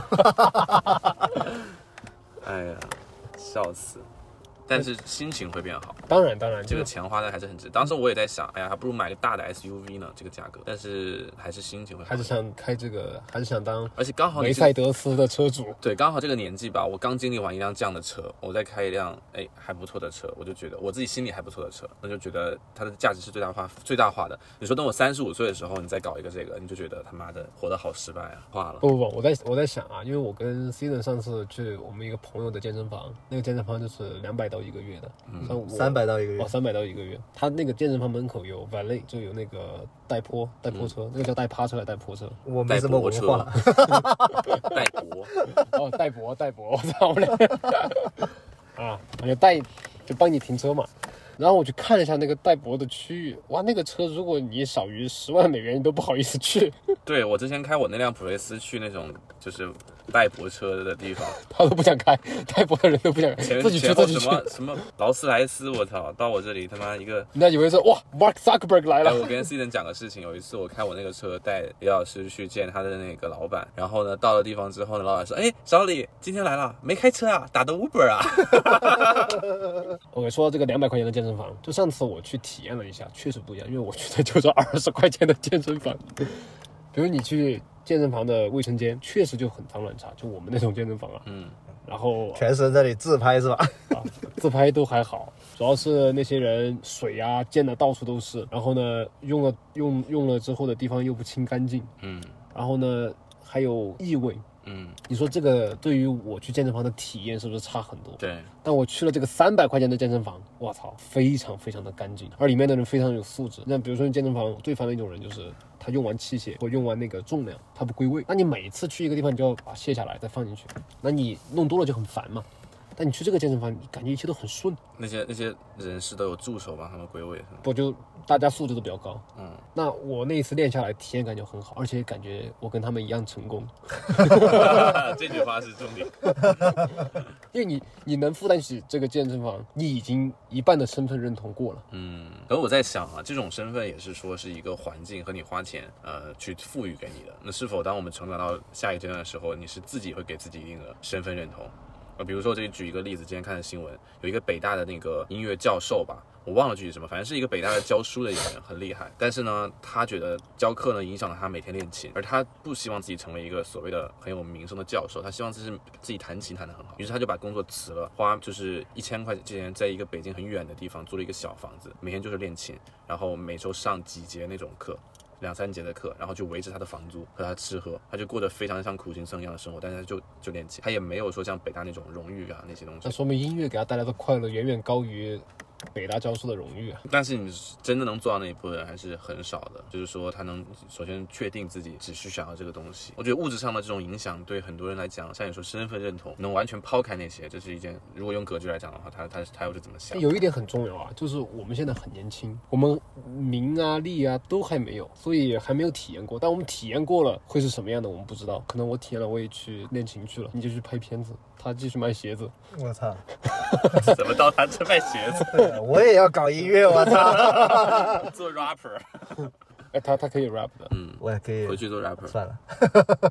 S2: 哎呀，笑死！但是心情会变好，
S1: 当然，当然，
S2: 这
S1: 这
S2: 个
S1: 个
S2: 钱花的还是很值。当时我也在想，哎呀，还不如买个大的 SUV 呢，这个价格。但是还是心情会好
S1: 还是，想开这个，还是想当
S2: 而且刚好你
S1: 梅
S2: 这个
S1: 赛德斯的车主。
S2: 对，刚好这个年纪吧，我刚经历完一辆这样的车，我再开一辆哎还不错的车，我就觉得我自己心里还不错的车，那就觉得它的价值是最大化最大化的。你说等我三十五岁的时候，你再搞一个这个，你就觉得他妈的活得好失败啊，化了
S1: 不。不不，我在我在想啊，因为我跟 Season 上次去我们一个朋友的健身房，那个健身房就是两百刀到一个月的，
S2: 嗯
S1: 像我
S3: 三百到一个月
S1: 哦，，三百到一个月。他那个健身房门口有 valet，就有那个带坡带
S2: 嗯
S1: 坡车，那个叫带趴车还是带坡车？
S3: 我没
S2: 带
S3: 什么
S2: 泊
S3: 文
S2: 车
S3: 化，，
S2: [LAUGHS] 带泊，
S1: 哦，带脖带脖，我操嘞！
S2: [LAUGHS]
S1: 啊，我就带就帮你停车嘛。然后我去看了一下那个带脖的区域，哇，那个车如果你少于十万美元，你都不好意思去，
S2: 对我之前开我那辆普锐斯去那种就是带泊车的
S1: [LAUGHS]
S2: 地方，
S1: 他都不想开，带脖的人都不想
S2: 前
S1: 开，自己去
S2: 前后
S1: 自己去。
S2: 什么什么劳斯莱斯，我操，到我这里他妈一个。
S1: 人家以为说哇，Mark Zuckerberg 来
S2: 哎，
S1: 了，
S2: 我跟 C 人讲个事情，有一次我开我那个车带李老师去见他的那个老板，然后呢到了地方之后呢，老板说，哎，小李今天来了，没开车啊，打的 Uber 啊。
S1: OK，说到这个两百块钱的健身房，就上次我去体验了一下，确实不一样，因为我去的就是二十块钱的健身房。比如你去健身房的卫生间，确实就很脏乱差，就我们那种健身房啊，
S2: 嗯，
S1: 然后
S3: 全是在那里自拍是吧？ [LAUGHS]
S1: [LAUGHS] 自拍都还好，主要是那些人水啊溅的到处都是，然后呢用了用用了之后的地方又不清干净，
S2: 嗯
S1: 然后呢还有异味。
S2: 嗯，
S1: 你说这个对于我去健身房的体验是不是差很多？
S2: 对，
S1: 但我去了这个三百块钱的健身房，我操，非常非常的干净，而里面的人非常有素质。那比如说健身房最烦的一种人就是他用完器械或用完那个重量，他不归位。那你每次去一个地方，你就要把它卸下来再放进去，那你弄多了就很烦嘛。但你去这个健身房，你感觉一切都很顺，
S2: 那些那些人士都有助手帮他们归位，是吗
S1: 不就大家素质都比较高。
S2: 嗯，
S1: 那我那一次练下来，体验感就很好，而且感觉我跟他们一样成功，
S2: [LAUGHS] 这句话是重点。
S1: 因为你你能负担起这个健身房，你已经一半的身份认同过了。
S2: 嗯，而我在想啊，这种身份也是说是一个环境和你花钱呃去赋予给你的。那是否当我们成长到下一个阶段的时候，你是自己会给自己一定的身份认同？呃，比如说我这里举一个例子，今天看的新闻，有一个北大的那个音乐教授吧，我忘了具体什么，反正是一个北大的教书的一个人，很厉害。但是呢，他觉得教课呢影响了他每天练琴，而他不希望自己成为一个所谓的很有名声的教授，他希望自己自己弹琴弹得很好。于是他就把工作辞了，花就是一千块钱，在一个北京很远的地方租了一个小房子，每天就是练琴，然后每周上几节那种课。两三节的课，然后就维持他的房租和他吃喝，他就过得非常像苦行僧一样的生活，但是他就就练琴，他也没有说像北大那种荣誉啊那些东西
S1: 那。说明音乐给他带来的快乐远远高于北大教授的荣誉啊！
S2: 但是你真的能做到那一步的人还是很少的，就是说他能首先确定自己只是想要这个东西。我觉得物质上的这种影响对很多人来讲，像你说身份认同，能完全抛开那些，这是一件如果用格局来讲的话，他他他又是怎么想
S1: 但？有一点很重要啊，就是我们现在很年轻，我们名啊利啊都还没有，所以还没有体验过。但我们体验过了，会是什么样的我们不知道。可能我体验了，我也去练琴去了，你就去拍片子，他继续卖鞋子。
S3: 我操，
S2: [LAUGHS]
S3: [LAUGHS]
S2: 怎么到他这卖鞋子
S3: 我也要搞音乐，我操，
S2: 做 rapper？
S1: 哎，他他可以 rap 的，
S2: 嗯，
S3: 我也可以
S2: 回去做 rapper。
S3: 算了。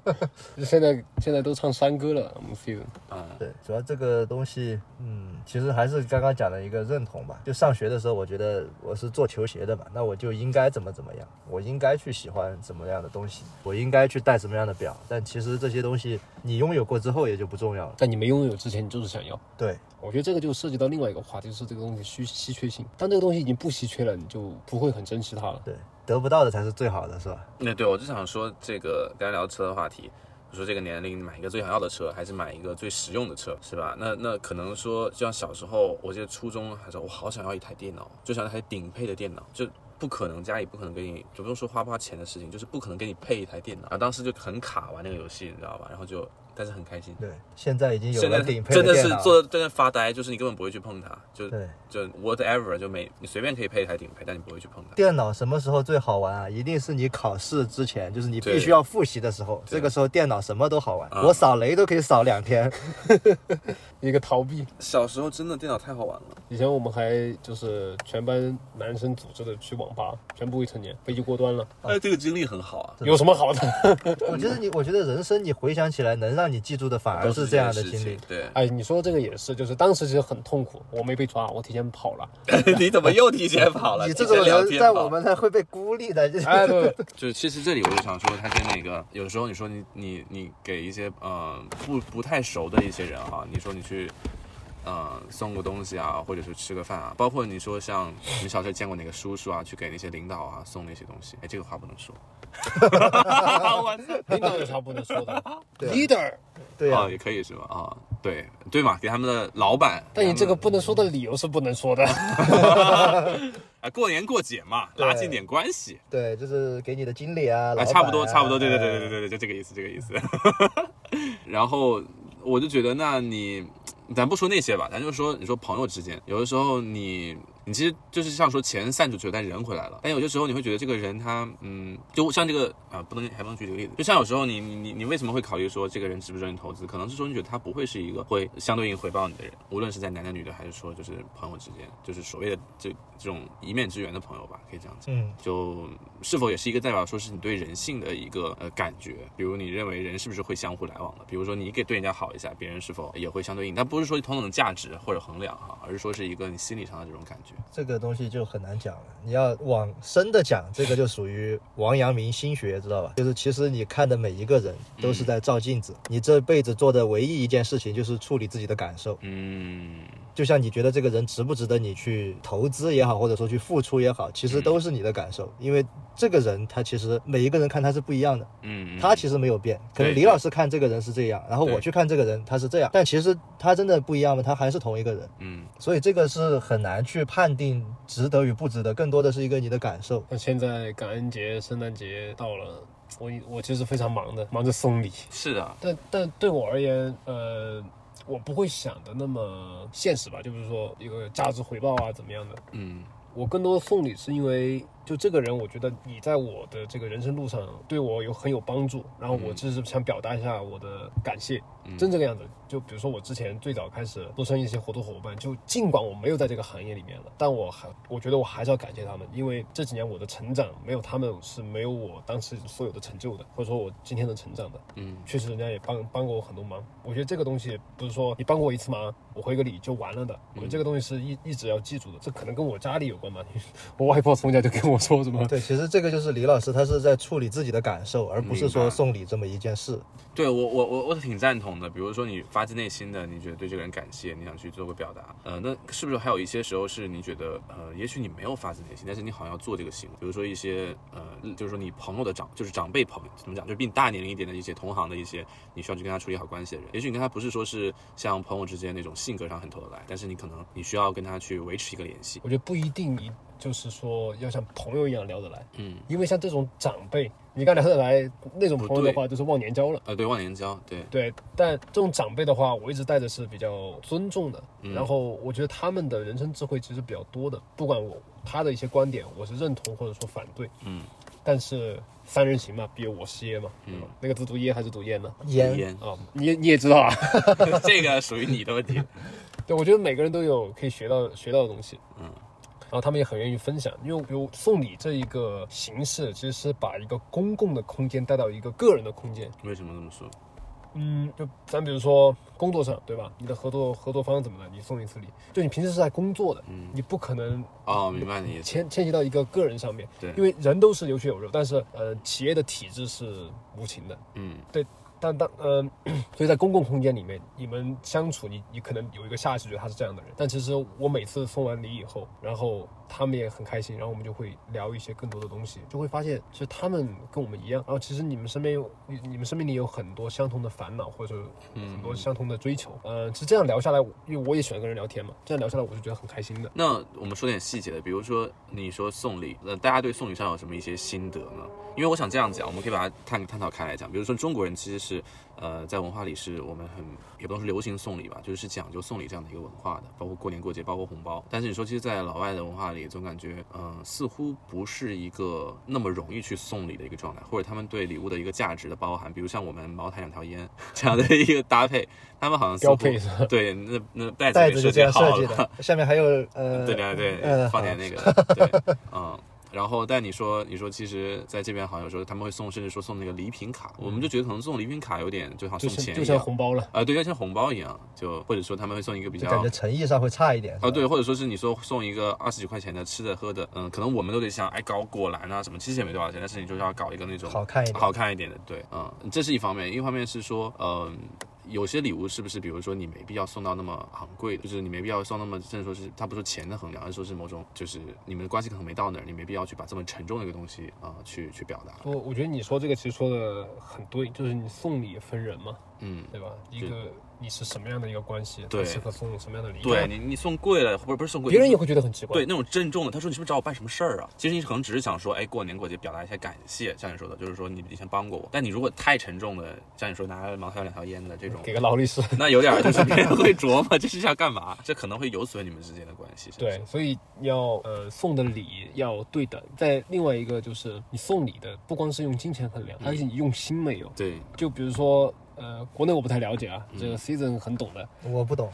S1: 现在现在都唱山歌了。我们 season
S2: 嗯
S3: 对，主要这个东西，嗯，其实还是刚刚讲的一个认同吧。就上学的时候，我觉得我是做球鞋的嘛，那我就应该怎么怎么样，我应该去喜欢什么样的东西，我应该去戴什么样的表。但其实这些东西你拥有过之后也就不重要了。
S1: 在你没拥有之前，你就是想要。
S3: 对，
S1: 我觉得这个就涉及到另外一个话题，就是这个东西稀稀缺性。当这个东西已经不稀缺了，你就不会很珍惜它了。
S3: 对，得不到的才是最好的，是吧？
S2: 那对我就想说这个刚才聊车的话题，我说这个年龄买一个最想要的车，还是买一个最实用的车，是吧？那那可能说，就像小时候，我记得初中还是我好想要一台电脑，就想要一台顶配的电脑，就。不可能，家里不可能给你，就不用说花不花钱的事情，就是不可能给你配一台电脑。然后当时就很卡玩那个游戏，你知道吧？然后就，但是很开心。
S3: 对，现在已经有
S2: 现在
S3: 了顶配
S2: 真的
S3: 电
S2: 是
S3: 脑，
S2: 坐在那发呆，就是你根本不会去碰它，就
S3: 对。
S2: 就 whatever，就没你随便可以配一台顶配，但你不会去碰它。
S3: 电脑什么时候最好玩啊？一定是你考试之前，就是你必
S2: 对
S3: 须要复习的时候。这个时候电脑什么都好玩，
S2: 啊
S3: 我扫雷都可以扫两天。
S1: 一个逃避。
S2: 小时候真的电脑太好玩了，
S1: 以前我们还就是全班男生组织的去网吧，全部未成年，飞机锅端了，
S3: 哦
S2: 哎，这个经历很好啊。
S1: 有什么好的？，
S3: [LAUGHS] 我觉得你，我觉得人生你回想起来能让你记住的，反而
S2: 都
S3: 是
S2: 是
S3: 这样的
S2: 的
S3: 经历。
S2: 对
S1: [LAUGHS] 哎，你说这个也是，就是当时其实很痛苦，我没被抓，我提前跑了。
S2: [LAUGHS] 你怎么又提前跑了？
S3: 你
S2: 提
S3: 这
S2: 前
S3: 种
S2: 聊
S3: 人
S2: 天
S3: 在
S2: 跑
S3: 我们那会被孤立的，就是
S1: [LAUGHS]
S3: [LAUGHS]
S1: 哎，对，
S2: 就是其实这里我就想说，他跟那个有时候你说你你你给一些呃不不太熟的一些人哈、你说你去呃送个东西啊，或者是吃个饭啊，包括你说像你小时候见过哪个叔叔啊，去给那些领导啊送那些东西，哎，这个话不能说。 [LAUGHS] 我操
S1: [LAUGHS] 领导有啥不能说的？leader，
S3: 对呀、啊
S2: 哦，也可以是吧？啊、对对嘛，给他们的老板。
S1: 但你这
S2: 给
S1: 个不能说的理由是不能说的。
S2: 他们啊，过年过节嘛，
S3: 对
S2: 拉近点关系。
S3: 对，就是给你的经理啊，老
S2: 啊，
S3: 板啊哎
S2: 差不多，差不多，对对对对对对对，就这个意思，这个意思。 [LAUGHS] 然后我就觉得，那你咱不说那些吧，咱就说你说朋友之间，有的时候你你其实就是像说钱散出去了，但人回来了。但哎有些时候你会觉得这个人他嗯，就像这个啊，不能还不能举这个例子，就像有时候你你你你为什么会考虑说这个人值不值得你投资？可能是说你觉得他不会是一个会相对应回报你的人，无论是在男的女的，还是说就是朋友之间，就是所谓的这这种一面之缘的朋友吧，可以这样讲。
S3: 嗯，
S2: 就是否也是一个代表说是你对人性的一个呃感觉，比如你认为人是不是会相互来往的，比如说你给对人家好一下，别人是否也会相对应，但不是说同等的价值或者衡量哈，而是说是一个你心理上的这种感觉。
S3: 这个东西就很难讲了。你要往深的讲，这个就属于王阳明心学，知道吧？就是其实你看的每一个人都
S2: 嗯
S3: 是在照镜子，你这辈子做的唯一一件事情就是处理自己的感受。
S2: 嗯，
S3: 就像你觉得这个人值不值得你去投资也好，或者说去付出也好，
S2: 嗯
S3: 其实都是你的感受，因为这个人他其实每一个人看他是不一样的，
S2: 嗯，
S3: 他其实没有变，可
S2: 对
S3: 能李老师看这个人是这样，然后
S2: 对
S3: 我去看这个人他是这样，但其实他真的不一样吗？他还是同一个人，
S2: 嗯
S3: 所以这个是很难去判定值得与不值得，更多的是一个你的感受。
S1: 那 [LAUGHS] 现在感恩节、圣诞节到了，我我其实非常忙的，忙着送礼。
S2: 是的，
S1: 但但对我而言，呃，我不会想的那么现实吧，就是说一个价值回报啊，怎么样的。
S2: 嗯
S1: 我更多送礼是因为，就这个人，我觉得你在我的这个人生路上对我有很有帮助，然后我就是想表达一下我的感谢，
S2: 嗯
S1: 真这个样子。就比如说我之前最早开始做生意的一些合作伙伴，就尽管我没有在这个行业里面了，但我还我觉得我还是要感谢他们，因为这几年我的成长没有他们是没有我当时所有的成就的，或者说我今天的成长的。
S2: 嗯
S1: 确实人家也帮帮过我很多忙。我觉得这个东西不是说你帮过我一次忙，我回个礼就完了的。我觉得这个东西是一一直要记住的。这可能跟我家里有关吧。我外婆从小就跟我说什么，
S3: 对，其实这个就是李老师他是在处理自己的感受，而不是
S2: 明
S3: 说
S2: 白
S3: 送礼这么一件事。
S2: 对我我我我挺赞同的。比如说你发自内心的，你觉得对这个人感谢，你想去做个表达，呃，那是不是还有一些时候是你觉得，呃，也许你没有发自内心，但是你好像要做这个行为，比如说一些呃，就是说你朋友的长，就是长辈朋友，怎么讲，就比你大年龄一点的一些同行的一些，你需要去跟他处理好关系的人，也许你跟他不是说是像朋友之间那种性格上很投得来，但是你可能你需要跟他去维持一个联系，
S1: 我觉得不一定一就是说要像朋友一样聊得来，
S2: 嗯，
S1: 因为像这种长辈，你跟他聊得来那种朋友的话，就是忘年交了。
S2: 呃，对，忘年交，对，
S1: 对，但这种长辈的话，我一直带着是比较尊重的。
S2: 嗯
S1: 然后我觉得他们的人生智慧其实比较多的，不管我他的一些观点，我是认同或者说反对。
S2: 嗯，
S1: 但是三人行嘛，必有我师焉嘛，对吧
S2: 嗯？
S1: 那个字读耶还是读焉呢？
S3: 烟，
S2: 烟， [LAUGHS]
S1: 啊， [LAUGHS] 你也你也知道啊。
S2: 这个属于你的问题， [LAUGHS]
S1: 对，我觉得每个人都有可以学到学到的东西。
S2: 嗯。
S1: 然后他们也很愿意分享，因为比如送礼这一个形式，其实是把一个公共的空间带到一个个人的空间。
S2: 为什么这么说？
S1: 嗯，就咱比如说工作上，对吧？你的合作合作方怎么了？你送一次礼，就你平时是在工作的，
S2: 嗯
S1: 你不可能
S2: 哦，明白你的意思，
S1: 牵牵及到一个个人上面，
S2: 对，
S1: 因为人都是有血有肉，但是呃，企业的体制是无情的，
S2: 嗯。
S1: 但当嗯、 [CLEARS THROAT] 所以在公共空间里面，你们相处，你你可能有一个下意识觉得他是这样的人，但其实我每次送完礼以后，然后他们也很开心，然后我们就会聊一些更多的东西，就会发现其实他们跟我们一样，然后其实你们身边有你你们生命里有很多相同的烦恼或者很多相同的追求，嗯、是这样聊下来，因为我也喜欢跟人聊天嘛，这样聊下来我是觉得很开心的。
S2: 那我们说点细节的，比如说你说送礼，那大家对送礼上有什么一些心得呢？因为我想这样讲，我们可以把它探探讨开来讲。比如说中国人其实是，呃，在文化里是我们很也不能说流行送礼吧，就是讲究送礼这样的一个文化的，包括过年过节，包括红包。但是你说，其实，在老外的文化里，总感觉，嗯、似乎不是一个那么容易去送礼的一个状态，或者他们对礼物的一个价值的包含，比如像我们茅台两条烟这样的一个搭配，他们好像似乎
S1: 标配是吧
S2: 对，那那袋子
S3: 袋
S2: 也
S3: 子
S2: 设
S3: 就
S2: 计
S3: 这样
S2: 好
S3: 设
S2: 了
S3: 计。的，下面还有
S2: [LAUGHS]
S3: 呃，
S2: 对对对，
S3: 呃
S2: 放点那个，对，嗯。然后，但你说，你说，其实在这边好像有时候他们会送，甚至说送那个礼品卡，我们
S3: 嗯
S2: 就觉得可能送礼品卡有点就像
S1: 就
S2: 送
S1: 像
S2: 钱
S1: 就
S2: 一
S1: 像
S2: 样，
S1: 红包了，
S2: 啊、对，就像红包一样，就或者说他们会送一个比
S3: 就
S2: 较
S3: 感觉诚意上会差一点。
S2: 啊，对，或者说是你说送一个二十几块钱的吃的喝的，嗯，可能我们都得想，哎，搞果篮啊什么，其实也没多少钱，但是你就是要搞一个那种
S3: 好看一点
S2: 好看一点的，对，嗯，这是一方面，一方面是说，嗯。有些礼物是不是，比如说你没必要送到那么昂贵的，就是你没必要送那么，甚至说是它不是钱的衡量，而是说是某种就是你们的关系可能没到那儿，你没必要去把这么沉重的一个东西啊、呃去去表达。
S1: 我我觉得你说这个其实说的很对，就是你送礼也分人嘛，
S2: 嗯，
S1: 对吧？一个你是什么样的一个关系，
S2: 对
S1: 适合送什么样的礼物，
S2: 对，你你送贵了，不是不是送贵，
S1: 别人也会觉得很奇怪。
S2: 对，那种郑重的，他说你是不是找我办什么事儿啊？其实你可能只是想说，哎，过年过节表达一下感谢，像你说的，就是说你以前帮过我。但你如果太沉重的，像你说拿茅条两条烟的这种，
S1: 给个劳力士。 [LAUGHS]
S2: 那有点儿就是别人会琢磨这是要干嘛，这可能会有损你们之间的关系。是不是
S1: 对，，所以要呃送的礼要对等。在另外一个就是你送礼的，不光是用金钱衡量，而是你用心没有。
S2: 对，
S1: 就比如说呃，国内我不太了解啊，这个 season 很懂的， [LAUGHS]
S3: 我不懂，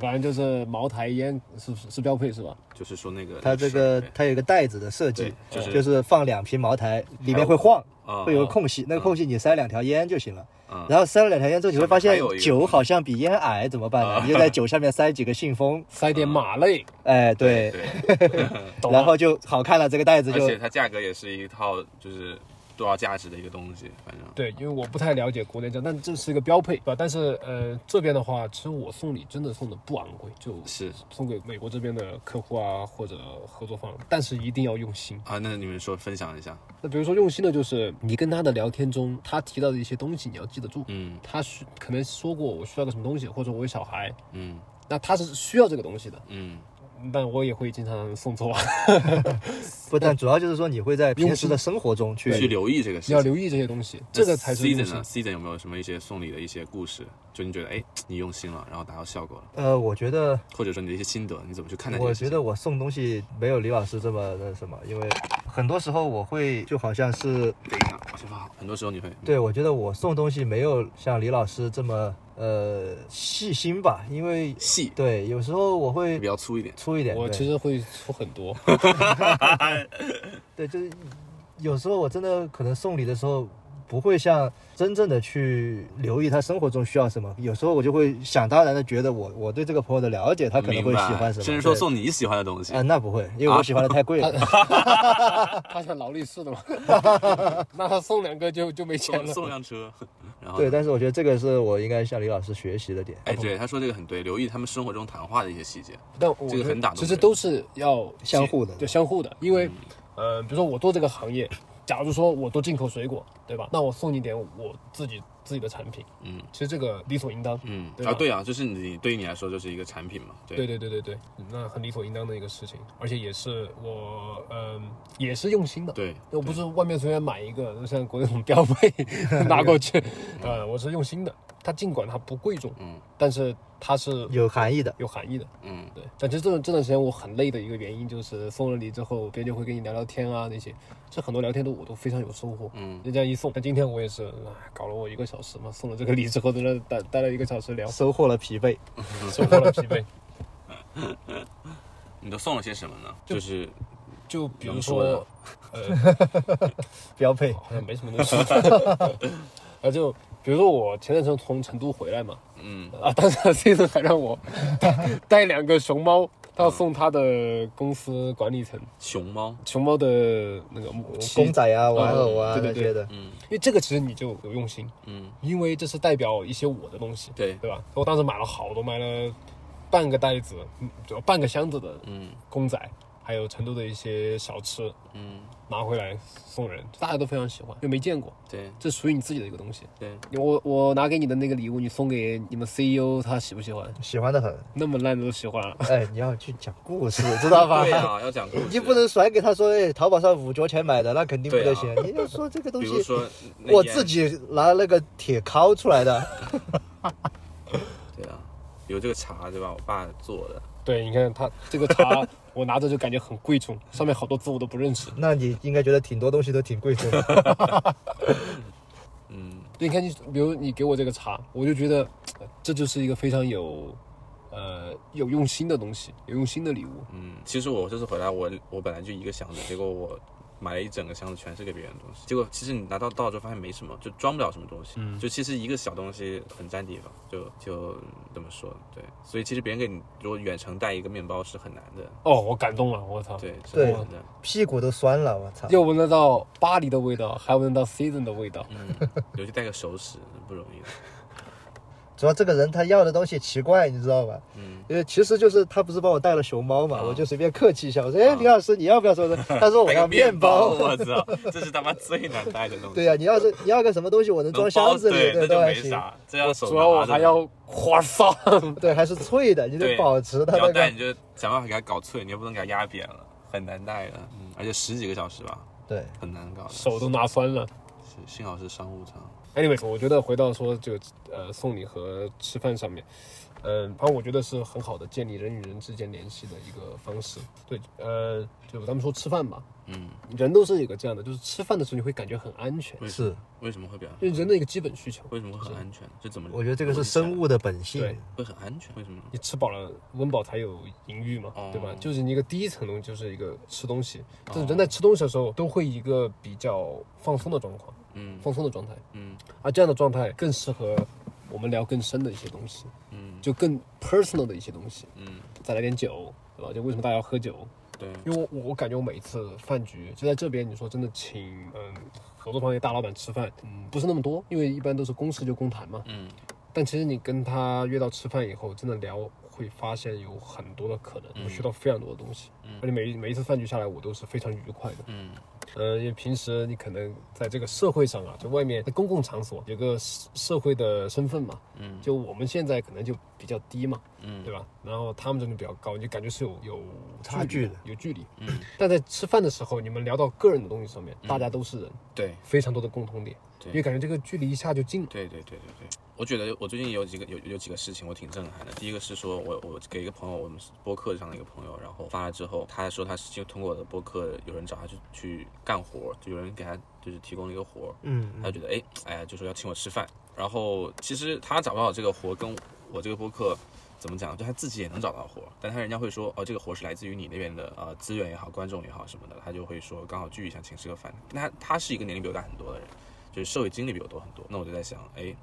S1: 反正就是茅台烟是是标配是吧？
S2: 就是说那个
S3: 它这个它有一个袋子的设计，
S2: 对就是
S3: 就是放两瓶茅台，里面会晃，
S2: 啊
S3: 会有个空隙，那个空隙你塞两条烟就行了。
S2: 啊
S3: 然后塞了两条烟之后，你会发
S2: 还
S3: 现
S2: 有一个啊
S3: 酒好像比烟矮，怎么办呢？你就在酒下面塞几个
S2: [LAUGHS]
S3: 信封，
S1: 塞点马泪，
S3: 哎，对，
S2: 对，
S1: 懂啊
S3: 然
S1: 吗？
S3: 后就好看了。这个袋子
S2: 而
S3: 就
S2: 且它价格也是一套就是多少价值的一个东西，反正
S1: 对，因为我不太了解国内这样，但这是一个标配，对吧？但是呃，这边的话，其实我送礼真的送的不昂贵，就是送给美国这边的客户啊或者合作方，但是一定要用心。
S2: 啊，那你们说分享一下，
S1: 那比如说用心的就是你跟他的聊天中，他提到的一些东西你要记得住。
S2: 嗯
S1: 他需可能说过我需要个什么东西，或者我有小孩，
S2: 嗯
S1: 那他是需要这个东西的。
S2: 嗯，
S1: 但我也会经常送错，
S3: 不
S2: 嗯
S3: 但主要就是说你会在平时的生活中去
S2: 去留意这个事
S1: 要
S2: 情。
S1: 留意这些东西，这个才是用
S2: season
S1: 心
S2: 呢。。season 有没有什么一些送礼的一些故事？就你觉得哎，你用心了，然后达到效果了，
S3: 呃，我觉得，
S2: 或者说你的一些心得，你怎么去看待这
S3: 我
S2: 个事
S3: 觉
S2: 情？
S3: 得我送东西没有李老师这么那什么，因为很多时候我会就好像是，
S2: 等一下，我先放好。很多时候你会
S3: 对我觉得我送东西没有像李老师这么呃细心吧，因为
S2: 细，
S3: 对有时候我会
S2: 比较粗一点。
S3: 粗一点，
S1: 我
S3: 对
S1: 其实会出很多，
S3: 对就是有时候我真的可能送礼的时候。不会像真正的去留意他生活中需要什么，有时候我就会想当然的觉得我我对这个朋友的了解，他可能
S2: 明
S3: 会
S2: 白，
S3: 喜欢什么，
S2: 甚至说
S3: 对
S2: 送你喜欢的东西
S3: 啊、。那不会，因为我喜欢的太贵了。
S2: [LAUGHS]
S1: 他像劳力士的嘛， [LAUGHS] 那他送两个就就没钱
S2: 送
S1: 了。
S2: 送辆车，然后
S3: 对，但是我觉得这个是我应该向李老师学习的点。
S2: 哎，对，他说这个很对，留意他们生活中谈话的一些细节。
S1: 但我
S2: [LAUGHS] 这
S1: 觉
S2: 个
S1: 得
S2: 很打动
S1: 其实
S2: 人
S1: 都是要
S3: 相互的
S1: 就相互的。因为，
S2: 嗯
S1: 呃，比如说我做这个行业，假如说我做进口水果，对吧？那我送你点我自己自己的产品，
S2: 嗯
S1: 其实这个理所应当。
S2: 嗯
S1: 对吧
S2: 啊，对啊，就是你对于你来说就是一个产品嘛，对
S1: 对对对对对，那很理所应当的一个事情，而且也是我，嗯、也是用心的。
S2: 对
S1: 又不是外面随便买一个，就像国内那种标
S2: [LAUGHS]
S1: 配拿过去，呃，我是用心的。它尽管它不贵重，
S2: 嗯
S1: 但是它是
S3: 有含义的，
S1: 有含义的。
S2: 嗯
S1: 对，但其实这段这段时间我很累的一个原因就是送了礼之后，别人就会跟你聊聊天啊那些，这很多聊天都我都非常有收获。
S2: 嗯，
S1: 就这样一送，但今天我也是，哎，搞了我一个小时嘛，送了这个礼之后，在那待待了一个小时聊，
S3: 收获了疲惫。
S1: 收获了疲惫。
S2: 你都送了些什么呢？就是
S1: [LAUGHS] 就比如
S2: 能说
S1: 说
S2: 的，
S1: 呃，
S3: 标
S2: 哦
S3: 配，
S1: 好像没什么东西。 [LAUGHS] 啊，就比如说我前段时间从成都回来嘛，
S2: 嗯
S1: 啊，当时 season 还 [LAUGHS] 让我带两个熊猫，他要送他的公司管理层
S2: 熊猫，
S1: 熊猫的那个母亲
S3: 公，仔啊、玩偶啊
S1: 对对
S3: 那
S1: 对
S3: 些的，
S2: 嗯
S1: 因为这个其实你就有用心，
S2: 嗯，
S1: 因为这是代表一些我的东西，
S2: 对，
S1: 对吧？我当时买了好多，买了半个袋子，嗯就半个箱子的
S2: 嗯
S1: 公仔，还有成都的一些小吃，
S2: 嗯
S1: 拿回来送人，大家都非常喜欢，又没见过，
S2: 对
S1: 这属于你自己的一个东西。
S2: 对，
S1: 我我拿给你的那个礼物，你送给你们 CEO，他喜不喜欢？
S3: 喜欢的很。
S1: 那么烂的都喜欢，
S3: [LAUGHS] 哎，你要去讲故事， [LAUGHS]
S2: [LAUGHS]
S3: 知道吧
S2: 对？啊，要讲故事，
S3: 你不能甩给他说，哎，淘宝上五角钱买的，那肯定不得行。你要说这个东
S2: 啊比
S3: 西
S2: 如，说那
S3: 我
S2: 烟
S3: 自己拿那个铁敲出来的，
S2: 对啊，有这个茶对吧？我爸做的，
S1: 对，你看他这个茶，我拿着就感觉很贵重，上面好多字我都不认识。
S3: 那你应该觉得挺多东西都挺贵重的。 [LAUGHS]
S2: 嗯
S1: 对，你看你，比如你给我这个茶，我就觉得呃这就是一个非常有，呃，有用心的东西，有用心的礼物。
S2: 嗯，其实我这次回来，我我本来就一个箱子，结果我。买了一整个箱子，全是给别人的东西。结果其实你拿到到之后发现没什么，就装不了什么东西。嗯，就其实一个小东西很占地方，就就嗯怎么说？对，所以其实别人给你如果远程带一个面包是很难的，
S1: 哦，我感动了，我操！
S2: 对，是
S3: 对
S2: 很难的。
S3: 屁股都酸了，我操！
S1: 又闻得到巴黎的味道，还闻得到 season 的味道。
S2: 嗯，尤其带个手指不容易的。
S3: 主要这个人他要的东西奇怪，你知道吧？嗯，因为其实就是他不是帮我带了熊猫
S2: 啊
S3: 嘛，我就随便客气一下，我说，哎，李老师你要不要什么？他说我 [LAUGHS] 要面包。
S2: 我操，这是他妈最难带的东西。
S3: 对呀、你要是你要个什么东西，我能装箱子里，
S2: 哦对，那
S3: 都
S2: 就
S3: 还
S2: 没
S3: 行。
S2: 啥，这要手
S1: 主要我
S2: 拿着
S1: 还要花放，
S3: 对，还是脆的，你得
S2: 对
S3: 保持它
S2: 你要
S3: 那
S2: 带
S3: 个。
S2: 你就想办法给它搞脆，你又不能给它压扁了，很难带的，嗯，而且十几个小时吧，
S3: 对，
S2: 很难搞的。
S1: 手都拿酸了。
S2: 是幸好是商务舱，
S1: Anyways，我觉得回到说这个呃送礼和吃饭上面，嗯，反正我觉得是很好的建立人与人之间联系的一个方式。对，呃，就咱们说吃饭吧，
S2: 嗯，
S1: 人都是有个这样的，就是吃饭的时候你会感觉很安全，
S2: 为什
S3: 是，
S2: 为什么会比较
S1: 因为人的一个基本需求。
S2: 为什么会很安全？这怎么？
S3: 我觉得这个是生
S2: 物
S3: 物的本性。
S1: 对
S2: 会很安全，为什么呢？
S1: 你吃饱了，温饱才有盈余嘛，
S2: 哦
S1: 对吧？就是你一个第一层东西，就是一个吃东西。但是人在吃东西的时候，都会一个比较放松的状况，
S2: 嗯
S1: 放松的状态。
S2: 嗯
S1: 而这样的状态更适合我们聊更深的一些东西，
S2: 嗯
S1: 就更 personal 的一些东西。
S2: 嗯，
S1: 再来点酒，对吧？就为什么大家要喝酒？
S2: 对，
S1: 因为我我感觉我每一次饭局就在这边，你说真的请嗯合作方的大老板吃饭，嗯不是那么多，因为一般都是公事就公谈嘛。
S2: 嗯
S1: 但其实你跟他约到吃饭以后，真的聊会发现有很多的可能，我学到非常多的东西。而且每一每一次饭局下来，我都是非常愉快的。
S2: 嗯
S1: 嗯，因为平时你可能在这个社会上啊，就外面在公共场所有个社社会的身份嘛，
S2: 嗯
S1: 就我们现在可能就比较低嘛，
S2: 嗯
S1: 对吧？然后他们真的比较高，你就感觉是有有差
S3: 距
S1: 距
S3: 的
S1: 有距离。
S2: 嗯，
S1: 但在吃饭的时候，你们聊到个人的东西上面，大家都是人，
S2: 对
S1: 非常多的共同点，
S2: 对
S1: 因为感觉这个距离一下就近了。
S2: 对对对对对，我觉得我最近有几个有有几个事情我挺震撼的。第一个是说我我给一个朋友，我们是播客上的一个朋友，然后发了之后，他说他是就通过我的播客，有人找他去去干活，就有人给他就是提供了一个活，
S3: 嗯，
S2: 他就觉得哎哎呀，就说要请我吃饭。然后其实他找不到这个活，跟我这个播客怎么讲，就他自己也能找到活，但他人家会说哦，这个活是来自于你那边的呃资源也好，观众也好什么的，他就会说刚好聚一下，请吃个饭。那他他是一个年龄比我大很多的人，就是社会经历比我多很多。那我就在想，哎，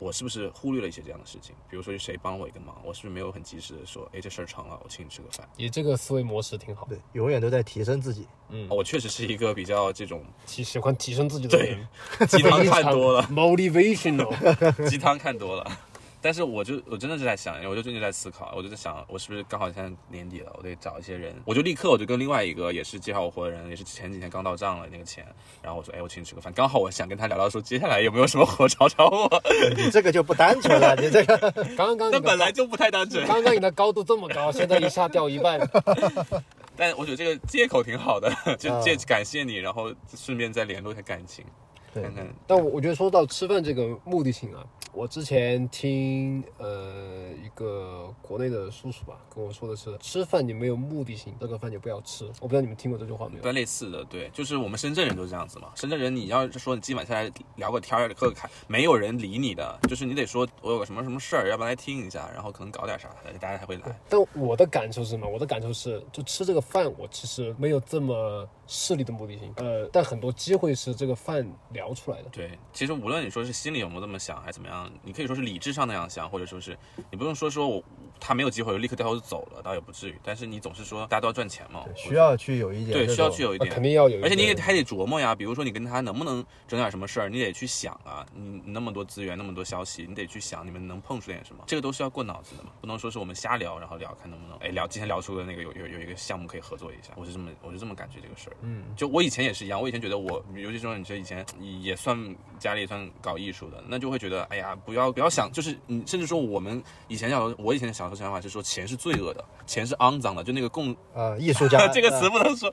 S2: 我是不是忽略了一些这样的事情？比如说谁帮我一个忙，我是不是没有很及时的说，哎，这事儿成了，我请你吃个饭。
S1: 你这个思维模式挺好，
S3: 对，永远都在提升自己。
S1: 嗯
S2: 哦，我确实是一个比较这种
S1: 提喜欢提升自己的人，
S2: [LAUGHS] 鸡汤看多了。
S1: ，motivational，
S2: [LAUGHS] 鸡汤看多了。但是我就我真的是在想，哎我就最近在思考，我就在想，我是不是刚好现在年底了，我得找一些人，我就立刻我就跟另外一个也是介绍我活的人，也是前几天刚到账了那个钱，然后我说，哎，我请你吃个饭，刚好我想跟他聊聊说接下来有没有什么活找找我，
S3: 你这个就不单纯了，你这个
S1: 刚刚你
S2: [LAUGHS]
S1: 的
S2: 那本来就不太单纯，
S1: 刚刚你的高度这么高，现在一下掉一半，
S2: 但我觉得这个借口挺好的， [LAUGHS] 就
S3: 啊
S2: 借感谢你，然后顺便再联络一下感情，
S3: 对
S2: 看看，
S1: 但我我觉得说到吃饭这个目的性啊，我之前听呃一个国内的叔叔吧跟我说的是，吃饭你没有目的性，这个饭就不要吃。我不知道你们听过这句话没有？
S2: 对，类似的，对，就是我们深圳人都这样子嘛。深圳人，你要是说你今晚下来聊个天儿、喝个开，没有人理你的，就是你得说我有个什么什么事儿，要不然来听一下，然后可能搞点啥，大家才会来。
S1: 但我的感受是什么？我的感受是，就吃这个饭，我其实没有这么势力的目的性，呃，但很多机会是这个饭聊出来的。
S2: 对，其实无论你说是心里有没有这么想，还是怎么样，你可以说是理智上那样想，或者说是你不用说说我他没有机会，我立刻掉头就走了，倒也不至于。但是你总是说大家都要赚钱嘛，
S3: 需要去有一点
S2: 对
S3: 这
S2: 需要
S3: 种
S2: 去有一
S1: 那
S2: 点，
S1: 呃肯定要有一个，
S2: 而且你也还得琢磨呀，比如说你跟他能不能整点什么事儿，你得去想啊，你你那么多资源，那么多消息，你得去想你们能碰出点什么，这个都是要过脑子的嘛，不能说是我们瞎聊，然后聊看能不能，哎，聊今天聊出的那个有有有一个项目可以合作一下，我是这么我是这么感觉这个事儿，嗯，就我以前也是一样，我以前觉得我，尤其是你这以前也算家里也算搞艺术的，那就会觉得，哎呀，不要不要想，就是你甚至说我们以前小时候，我以前小时候想法是说钱是罪恶的，钱是肮脏的，就那个共
S3: 啊艺术
S2: [LAUGHS]
S3: 家
S2: 这个词
S3: 啊
S2: 不能说，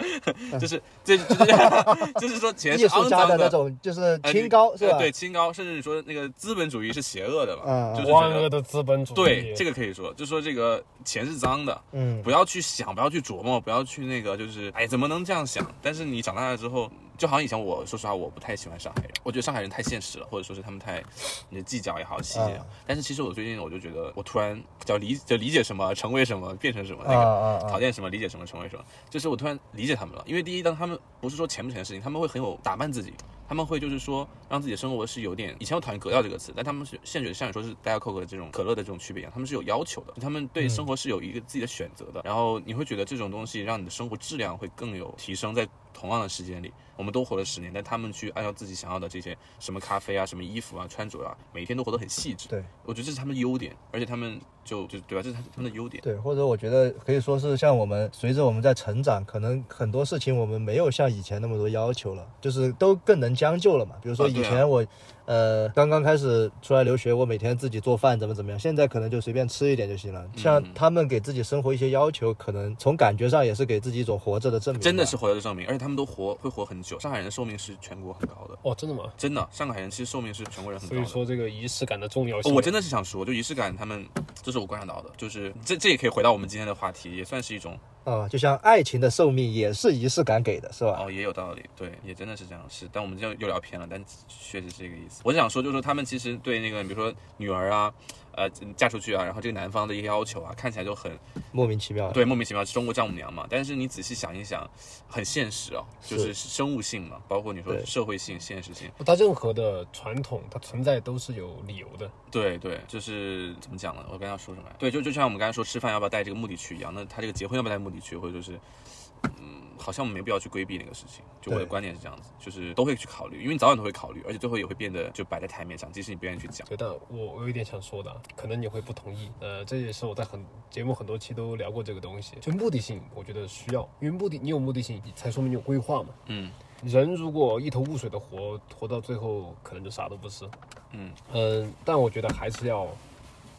S2: 就是 [LAUGHS] 这就是就是说钱
S3: 艺
S2: 是
S3: 术
S2: 肮
S3: 家
S2: 脏
S3: 的那种就是
S2: 呃
S3: 清高是
S2: 呃
S3: 吧？
S2: 对，清高，甚至说那个资本主义是邪恶的嘛，
S3: 嗯
S2: 就是觉
S1: 万恶
S2: 得
S1: 的资本主义。
S2: 对这个可以说，就说这个钱是脏的，
S3: 嗯，
S2: 不要去想，不要去琢磨，不要去那个，就是哎，怎么能这样想？但是你长大了之后，就好像以前我说实话，我不太喜欢上海人，我觉得上海人太现实了，或者说是他们太你计较也好，细节也好。
S3: 嗯
S2: 但是其实我最近我就觉得，我突然叫理就理解什么，成为什么，变成什么那个。
S3: 啊啊
S2: 讨
S3: 啊！
S2: 厌什么，理解什么，成为什么，就是我突然理解他们了。因为第一，当他们不是说钱不钱的事情，他们会很有打扮自己，他们会就是说让自己的生活是有点，以前我讨厌格调这个词，但他们是现在像你说是 Diet Coke 的这种可乐的这种区别一样，他们是有要求的，他们对生活是有一个自己的选择的。然后你会觉得这种东西让你的生活质量会更有提升，在同样的时间里，我们都活了十年，但他们去按照自己想要的这些什么咖啡啊、什么衣服啊、穿着啊，每天都活得很细致。
S3: 对，
S2: 我觉得这是他们的优点，而且他们就就对吧？这是他他们的优点。
S3: 对，或者我觉得可以说是像我们随着我们在成长，可能很多事情我们没有像以前那么多要求了，就是都更能将就了嘛。比如说
S2: 啊
S3: 以
S2: 对啊
S3: 前我，呃，刚刚开始出来留学，我每天自己做饭怎么怎么样，现在可能就随便吃一点就行了。像
S2: 嗯
S3: 他们给自己生活一些要求，可能从感觉上也是给自己一种活着的证明吧。
S2: 真的是活着证明，而且他们都活会活很久。上海人的寿命是全国很高的，
S1: 哦，真的吗？
S2: 真的，上海人其实寿命是全国人很高
S1: 所以
S2: 的。
S1: 说这个仪式感的重要
S2: 哦
S1: 性，
S2: 我真的是想说，就仪式感，他们这是我观察到的，就是这这也可以回到我们今天的话题，也算是一种
S3: 啊、就像爱情的寿命也是仪式感给的，是吧？
S2: 哦，也有道理，对，也真的是这样，是。但我们这样又聊偏了，但确实是这个意思。我想说，就是说他们其实对那个，比如说女儿啊，呃，嫁出去啊，然后这个男方的一些要求啊，看起来就很
S3: 莫名其妙。
S2: 对，莫名其妙是中国丈母娘嘛。但是你仔细想一想，很现实哦，就是
S3: 是
S2: 生物性嘛，包括你说
S3: 对
S2: 社会性、现实性。
S1: 它任何的传统，它存在都是有理由的。
S2: 对对，就是怎么讲呢？我刚才要说什么呀？对，就就像我们刚才说吃饭要不要带这个目的去一样，那他这个结婚要不要带目的去，或者就是，嗯，好像我们没必要去规避那个事情。就我的
S3: 对
S2: 观点是这样子，就是都会去考虑，因为你早晚都会考虑，而且最后也会变得就摆在台面上，即使你不愿意去讲。
S1: 对，但我我有一点想说的啊，可能你会不同意。呃，这也是我在很节目很多期都聊过这个东西，就目的性，我觉得需要，因为目的你有目的性，才说明你有规划嘛。
S2: 嗯，
S1: 人如果一头雾水的活，活到最后可能就啥都不是。
S2: 嗯
S1: 嗯，但我觉得还是要，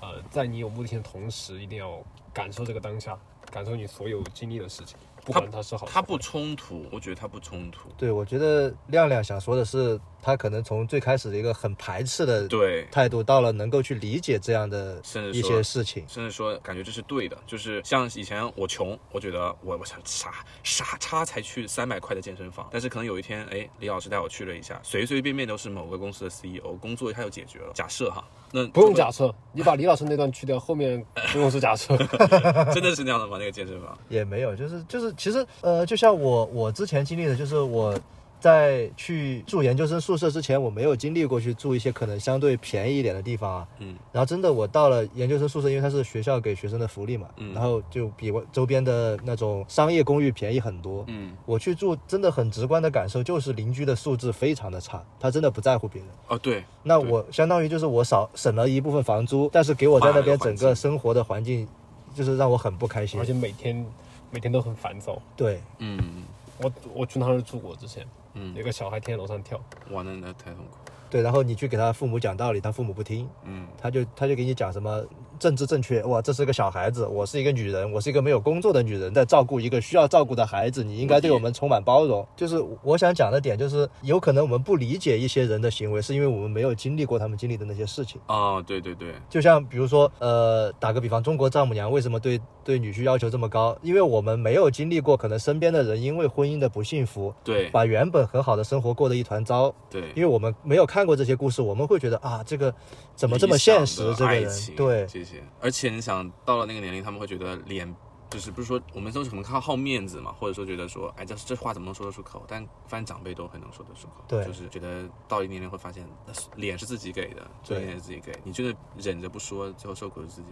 S1: 呃，在你有目的性的同时，一定要感受这个当下，感受你所有经历的事情，不
S2: 它
S1: 管它是好，
S2: 它不，冲突，我觉得它不冲突。
S3: 对，我觉得亮亮想说的是，他可能从最开始的一个很排斥的
S2: 对，
S3: 态度，到了能够去理解这样的
S2: 甚至
S3: 一
S2: 说
S3: 些事情。
S2: 甚至说感觉这是对的，就是像以前我穷，我觉得我我想傻傻叉才去三百块的健身房，但是可能有一天，哎，李老师带我去了一下，随随便便都是某个公司的 CEO，工作一下就解决了。假设哈，那
S1: 不用
S2: 就
S1: 假设，你把李老师那段去掉，后面不用说假设。 [LAUGHS]
S2: 会，真的是那样的吗？那个健身房，
S3: 也没有，就是就是，其实呃，就像我我之前经历的，就是我在去住研究生宿舍之前，我没有经历过去住一些可能相对便宜一点的地方啊。
S2: 嗯。
S3: 然后真的我到了研究生宿舍，因为它是学校给学生的福利嘛，
S2: 嗯
S3: 然后就比我周边的那种商业公寓便宜很多。
S2: 嗯，
S3: 我去住，真的很直观的感受就是邻居的素质非常的差，他真的不在乎别人。
S2: 哦对，
S3: 那
S2: 对
S3: 我相当于就是我少省了一部分房租，但是给我在那边整个生活的环境，就是让我很不开心
S1: 而。且每天每天都很烦躁。
S3: 对，
S2: 嗯，
S1: 我我去他那儿住过，之前，
S2: 嗯
S1: 有个小孩天天楼上跳，
S2: 哇，那那太痛苦，
S3: 对，然后你去给他父母讲道理，他父母不听，
S2: 嗯，
S3: 他就他就给你讲什么政治正确，哇，这是个小孩子，我是一个女人，我是一个没有工作的女人，在照顾一个需要照顾的孩子，你应该对我们充满包
S1: 嗯
S3: 容。就是我想讲的点，就是有可能我们不理解一些人的行为，是因为我们没有经历过他们经历的那些事情。
S2: 哦对对对，
S3: 就像比如说，呃，打个比方，中国丈母娘为什么对对女婿要求这么高？因为我们没有经历过，可能身边的人因为婚姻的不幸福，
S2: 对
S3: 把原本很好的生活过得一团糟。
S2: 对，
S3: 因为我们没有看过这些故事，我们会觉得啊，这个怎么这么
S2: 理想
S3: 现实
S2: 的？
S3: 这个
S2: 爱
S3: 人
S2: 情
S3: 对
S2: 这些，而且你想到了那个年龄，他们会觉得脸就是不是说我们都是很靠好面子嘛，或者说觉得说哎这这话怎么能说得出口？但反正长辈都很能说得出口，
S3: 对
S2: 就是觉得到一定年龄会发现呃脸是自己给的，
S3: 对
S2: 尊严是自己给的，你就是忍着不说，最后受苦是自己。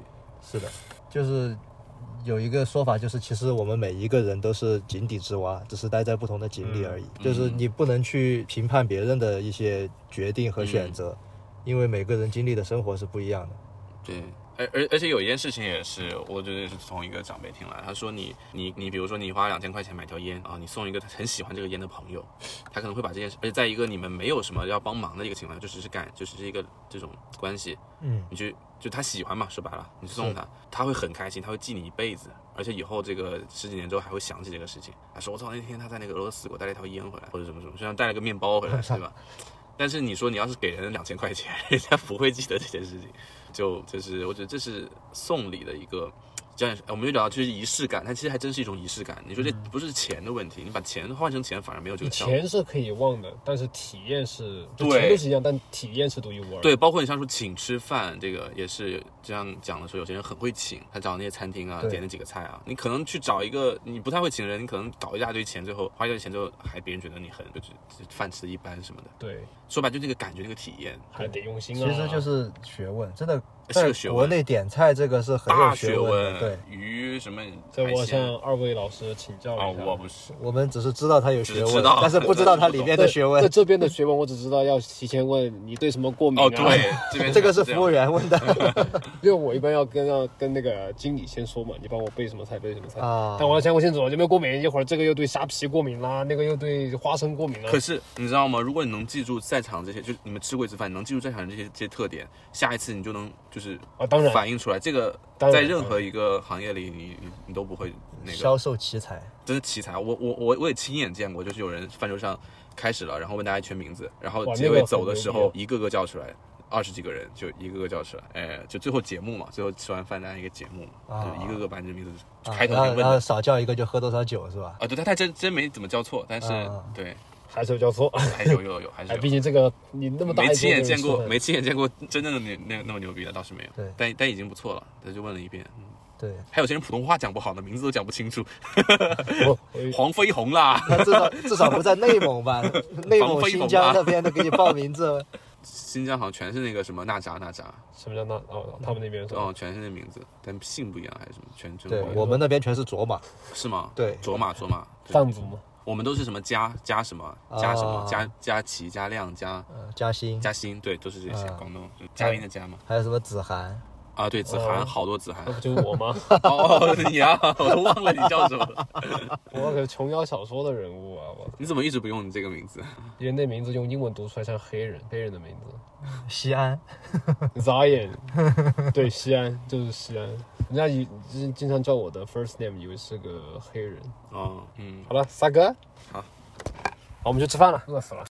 S3: 是的，就是有一个说法，就是其实我们每一个人都是井底之蛙，只是待在不同的井
S2: 嗯
S3: 里而已。就是你不能去评判别人的一些决定和
S2: 嗯
S3: 选择，因为每个人经历的生活是不一样的。
S2: 对，而而而且有一件事情也是，我觉得是从一个长辈听来，他说你你你，比如说你花两千块钱买条烟啊，你送一个很喜欢这个烟的朋友，他可能会把这件事，而且在一个你们没有什么要帮忙的一个情况下，就只是干，就只是一个这种关系，
S3: 嗯，
S2: 你去就他喜欢嘛，说白了，你送他，他会很开心，他会记你一辈子，而且以后这个十几年之后还会想起这个事情。他说我操，那天他在那个俄罗斯给我带了一条烟回来，或者什么什么，就像带了个面包回来，对吧？但是你说你要是给人两千块钱，人家不会记得这件事情，就就是我觉得这是送礼的一个讲点，我们就聊就是仪式感，它其实还真是一种仪式感。你说这不是钱的问题，你把钱换成钱反而没有这个效果。
S1: 钱是可以忘的，但是体验是，就
S2: 对
S1: 钱都是一样，但体验是独一无二的。
S2: 对，包括你像说请吃饭，这个也是这样讲的时候，有些人很会请，他找那些餐厅啊，
S3: 对
S2: 点那几个菜啊，你可能去找一个你不太会请的人，你可能搞一大堆钱，最后花一大堆钱之后，还别人觉得你很就是饭吃一般什么的，
S1: 对，
S2: 说白就那个感觉那个体验
S1: 还得用心啊。
S3: 其实就是学问，真的
S2: 嗯是
S3: 在
S2: 个学
S3: 国
S2: 问，
S3: 内点菜这个是很有
S2: 大
S3: 学
S2: 问，
S3: 的。对，
S2: 鱼什么
S1: 这
S2: 海
S1: 我
S2: 鲜
S1: 向二位老师请教
S2: 啊，
S1: 一下。
S2: 我不是，
S3: 我们只是知道它有
S2: 只
S3: 学
S2: 知
S3: 问，
S2: 道
S3: 但是不知道它里面的
S1: 对
S3: 学问
S1: 在。这边的学问，我只知道要提前问你对什么过敏啊。
S2: 哦， [LAUGHS] 对，这边
S3: [LAUGHS] 这个是服务
S2: 员，
S3: 员问的
S1: 因为我一般要跟要跟那个经理先说嘛，你帮我备什么菜备什么菜。
S2: [LAUGHS]
S3: 啊。
S1: 但我要先我先走，有没有过敏？一会儿这个又对虾皮过敏啦，那个又对花生过敏啦
S2: 可。是你知道吗？如果你能记住在场这些，就是你们吃过一次饭，你能记住在场这些这些特点，下一次你就能就是
S1: 啊，当然，
S2: 反映出来。这个
S1: 当然
S2: 在任何一个行业里，你你你都不会那个，
S3: 销售奇才，
S2: 真是奇才。我我我我也亲眼见过，就是有人饭桌上开始了，然后问大家一圈名字，然后
S1: 哇
S2: 结
S1: 那个
S2: 尾
S1: 很
S2: 走的时
S1: 牛
S2: 候，
S1: 逼啊
S2: 一个个叫出来。二十几个人就一个个叫出来，哎，就最后节目嘛，最后吃完饭大家一个节目嘛，
S3: 啊
S2: 就一个个把你的名字就
S3: 啊
S2: 开头
S3: 然
S2: 先问
S3: 后
S2: 的
S3: 然后少叫一个就喝多少酒是吧？
S2: 啊，对，他他真真没怎么叫错，但是、
S3: 啊
S2: 对，
S1: 还是有交错。
S2: 还是有有有还是
S1: 哎，
S2: 有。
S1: 毕竟这个你那么大一
S2: 没
S1: 桌
S2: 亲眼
S1: 子人
S2: 见过，
S1: 吃
S2: 没亲眼见过真正的那那那么牛逼的倒是没有，
S3: 对
S2: 但但已经不错了。他就问了一遍，嗯
S3: 对，
S2: 还有些人普通话讲不好呢，名字都讲不清楚，哦
S1: [LAUGHS] 我我
S2: 黄飞鸿啦。
S3: 他
S2: [LAUGHS]
S3: 至少至少不在内蒙吧？内
S2: 黄
S3: 蒙、
S2: 飞鸿
S3: 新
S2: 吧
S3: 疆那边都给你报名字，
S2: 新疆好像全是那个什么娜扎娜扎，
S1: 什么叫那哦，他们那边是吧
S2: 哦，全是那名字，但姓不一样还是什么，全真
S3: 对
S2: 不一样
S3: 我们那边全是卓玛，
S2: 是吗？
S3: 对
S2: 卓玛卓玛，对
S1: 藏族嘛，
S2: 我们都是什么加加什么加什么
S3: 啊
S2: 加加齐加亮加
S3: 呃，嘉兴，
S2: 加欣，对，都是这些
S3: 啊
S2: 广东就嘉宾的嘉嘛。
S3: 还有什么子涵，
S2: 啊，对，子涵
S1: 哦
S2: 好多子涵
S1: 那，不就是我
S2: [LAUGHS]
S1: 吗？
S2: 哦，是你啊， [LAUGHS] 我都忘了你叫什么 [LAUGHS] 了。
S1: 我可是琼瑶小说的人物啊，我
S2: 你怎么一直不用你这个名字？
S1: 因为那名字用英文读出来像黑人，黑人的名字
S3: 西安，
S2: [LAUGHS]
S1: Zion，对，西安就是西安。人家以经经常叫我的 first name，以为是个黑人。
S2: 哦，嗯，
S1: 好了，撒哥，
S2: 好
S1: 好，我们去吃饭了，饿死了。